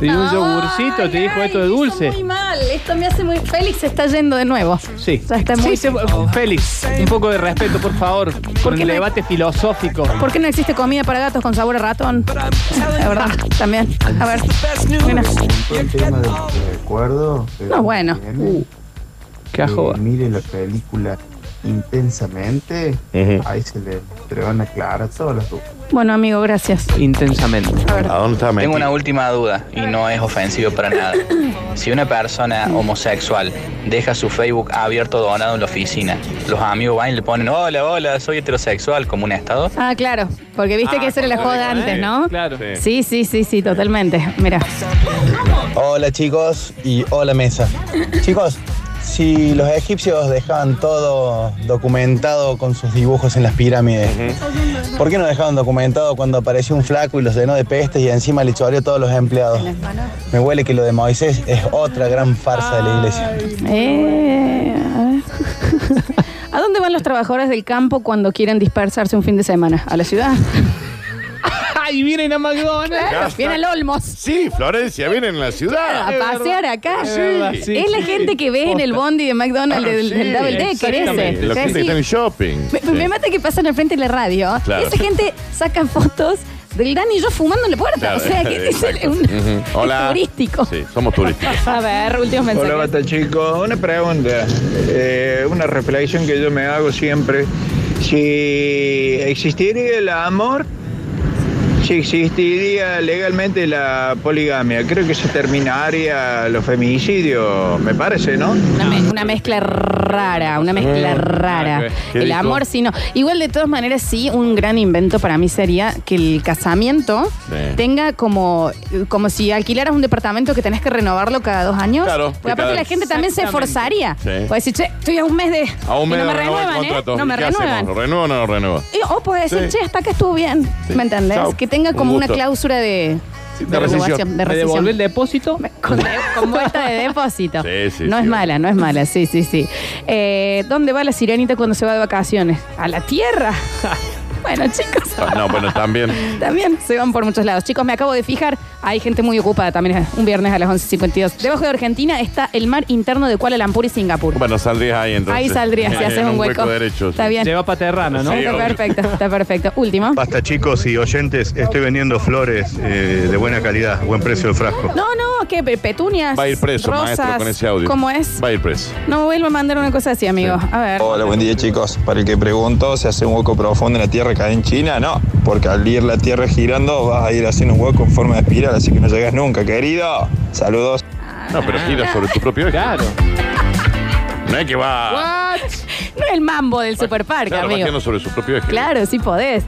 [SPEAKER 3] Te dio un yogurcito, te dijo esto de dulce.
[SPEAKER 1] Muy mal, esto me hace muy... Félix se está yendo de nuevo.
[SPEAKER 3] Sí.
[SPEAKER 1] Ya está muy...
[SPEAKER 3] Sí, se- Félix, un poco de respeto, por favor, por el debate filosófico.
[SPEAKER 1] ¿Por qué no existe comida para gatos con sabor a ratón? La verdad, también. A ver. Bueno.
[SPEAKER 22] El tema del recuerdo.
[SPEAKER 1] No, bueno. Uh,
[SPEAKER 22] que mire la película intensamente, ahí se le, se le van a aclarar todas las dudas.
[SPEAKER 1] Bueno, amigo, gracias.
[SPEAKER 3] Intensamente.
[SPEAKER 2] ¿A dónde está
[SPEAKER 14] Tengo una última duda y no es ofensivo para nada. Si una persona homosexual deja su Facebook abierto donado en la oficina, los amigos van y le ponen, hola, hola, soy heterosexual, como un estado.
[SPEAKER 1] Ah, claro, porque viste
[SPEAKER 14] Ah,
[SPEAKER 1] que eso era la
[SPEAKER 14] como
[SPEAKER 1] joda
[SPEAKER 14] dijo,
[SPEAKER 1] antes,
[SPEAKER 14] eh.
[SPEAKER 3] ¿Ah?
[SPEAKER 1] ¿no?
[SPEAKER 14] Claro.
[SPEAKER 1] (laughs) Sí, sí, sí, sí, totalmente. Mira.
[SPEAKER 22] Hola chicos y hola mesa. chicos, si los egipcios dejaban todo documentado con sus dibujos en las pirámides, ¿por qué no dejaban documentado cuando apareció un flaco y los llenó de pestes y encima le choreó a todos los empleados? Me huele que lo de Moisés es otra gran farsa de la iglesia.
[SPEAKER 1] Eh, a ver. ¿A dónde van los trabajadores del campo cuando quieren dispersarse un fin de semana? ¿A la ciudad?
[SPEAKER 3] ¡Ay, vienen a
[SPEAKER 1] Claro,
[SPEAKER 2] Gasta.
[SPEAKER 1] vienen al Olmos.
[SPEAKER 2] Sí, Florencia, vienen a la ciudad.
[SPEAKER 1] A pasear acá.
[SPEAKER 2] Es verdad, sí,
[SPEAKER 1] es la
[SPEAKER 2] sí.
[SPEAKER 1] gente que ves en el bondi de McDonald's del, del Double Decker
[SPEAKER 2] Exactamente,
[SPEAKER 1] ese.
[SPEAKER 2] La gente que
[SPEAKER 1] Sí.
[SPEAKER 2] está en el shopping.
[SPEAKER 1] Me,
[SPEAKER 2] Sí.
[SPEAKER 1] me mata que pasan al frente de la radio.
[SPEAKER 2] Claro.
[SPEAKER 1] Y esa gente saca fotos del Dan y yo fumando en la puerta.
[SPEAKER 2] Claro,
[SPEAKER 1] o
[SPEAKER 2] (laughs)
[SPEAKER 1] sea, que (laughs) es
[SPEAKER 2] exacto.
[SPEAKER 1] un
[SPEAKER 2] Ujú. Hola.
[SPEAKER 1] turístico.
[SPEAKER 2] Sí, somos turísticos.
[SPEAKER 1] A ver, últimos mensajes.
[SPEAKER 23] Hola, basta chicos. Una pregunta, eh, una reflexión que yo me hago siempre. Si existiera el amor,
[SPEAKER 10] si existiría legalmente la poligamia, creo que se terminaría los feminicidios, me parece, ¿no?
[SPEAKER 1] Una,
[SPEAKER 2] Ah.
[SPEAKER 1] me- una mezcla rara, una mezcla
[SPEAKER 10] Mm.
[SPEAKER 1] rara.
[SPEAKER 10] Ah, ¿qué- qué
[SPEAKER 1] El
[SPEAKER 10] dijo?
[SPEAKER 1] amor, sí, no. Igual, de todas maneras, sí, un gran invento para mí sería que el casamiento
[SPEAKER 2] Sí.
[SPEAKER 1] tenga como, como si alquilaras un departamento que tenés que renovarlo cada dos años.
[SPEAKER 2] Claro,
[SPEAKER 1] Porque aparte
[SPEAKER 2] cada-
[SPEAKER 1] la gente también se esforzaría.
[SPEAKER 2] Sí.
[SPEAKER 1] Puede decir, che, estoy a un mes de.
[SPEAKER 2] A un mes
[SPEAKER 1] y no
[SPEAKER 2] de
[SPEAKER 1] me
[SPEAKER 2] renovar el
[SPEAKER 1] renuevan, ¿eh?
[SPEAKER 2] contrato.
[SPEAKER 1] No me
[SPEAKER 2] ¿Qué hacemos?
[SPEAKER 1] renuevan.
[SPEAKER 2] ¿Lo renuevo o no lo renuevo?
[SPEAKER 1] Y- o puedes decir,
[SPEAKER 2] Sí.
[SPEAKER 1] che, hasta acá estuvo bien.
[SPEAKER 2] Sí.
[SPEAKER 1] ¿Me entendés?
[SPEAKER 2] Chao.
[SPEAKER 1] Que tenga
[SPEAKER 2] Un
[SPEAKER 1] como una
[SPEAKER 2] gusto.
[SPEAKER 1] cláusula de.
[SPEAKER 2] de rescisión.
[SPEAKER 1] renovación, de
[SPEAKER 2] ¿Me
[SPEAKER 1] rescisión.
[SPEAKER 2] devolvés
[SPEAKER 3] el depósito?
[SPEAKER 1] Con, con vuelta de depósito.
[SPEAKER 2] Sí, sí,
[SPEAKER 1] no
[SPEAKER 2] sí,
[SPEAKER 1] es
[SPEAKER 2] obvio.
[SPEAKER 1] mala, no es mala, sí, sí, sí. Eh, ¿Dónde va la sirenita cuando se va de vacaciones? A la tierra. (laughs) bueno, chicos,
[SPEAKER 2] Ah, No, bueno, también.
[SPEAKER 1] también se van por muchos lados. Chicos, me acabo de fijar, hay gente muy ocupada también es un viernes a las 11.52. Debajo de Argentina está el mar interno de Kuala Lumpur y Singapur.
[SPEAKER 2] Bueno, saldrías ahí entonces.
[SPEAKER 1] Ahí saldrías si
[SPEAKER 2] Sí,
[SPEAKER 1] haces
[SPEAKER 2] (laughs) en
[SPEAKER 1] un hueco.
[SPEAKER 2] derecho, sí.
[SPEAKER 1] Está bien.
[SPEAKER 3] Lleva paterrano,
[SPEAKER 1] Está perfecto, está perfecto. Último.
[SPEAKER 11] Basta chicos y oyentes, estoy vendiendo flores eh, de buena calidad, buen precio el frasco.
[SPEAKER 1] No, no, que pe- petunias.
[SPEAKER 11] Va a ir preso,
[SPEAKER 1] rosas,
[SPEAKER 11] maestro,
[SPEAKER 2] con ese audio.
[SPEAKER 1] ¿Cómo es?
[SPEAKER 2] Va Oh. a ir preso.
[SPEAKER 1] No me vuelva a mandar una cosa así, amigo. A ver.
[SPEAKER 22] Hola, buen día chicos. Para el que preguntó, ¿se hace un hueco profundo en la Tierra y cae en China? No, porque al ir la Tierra girando vas a ir haciendo un hueco en forma de espiral, así que no llegas nunca, querido. Saludos.
[SPEAKER 2] No, pero
[SPEAKER 1] Ah.
[SPEAKER 2] gira sobre tu propio eje. Claro. No es que va.
[SPEAKER 1] No es el mambo del superparque,
[SPEAKER 2] Claro, va
[SPEAKER 1] amigo.
[SPEAKER 2] girando sobre su propio eje.
[SPEAKER 1] Claro, sí podés.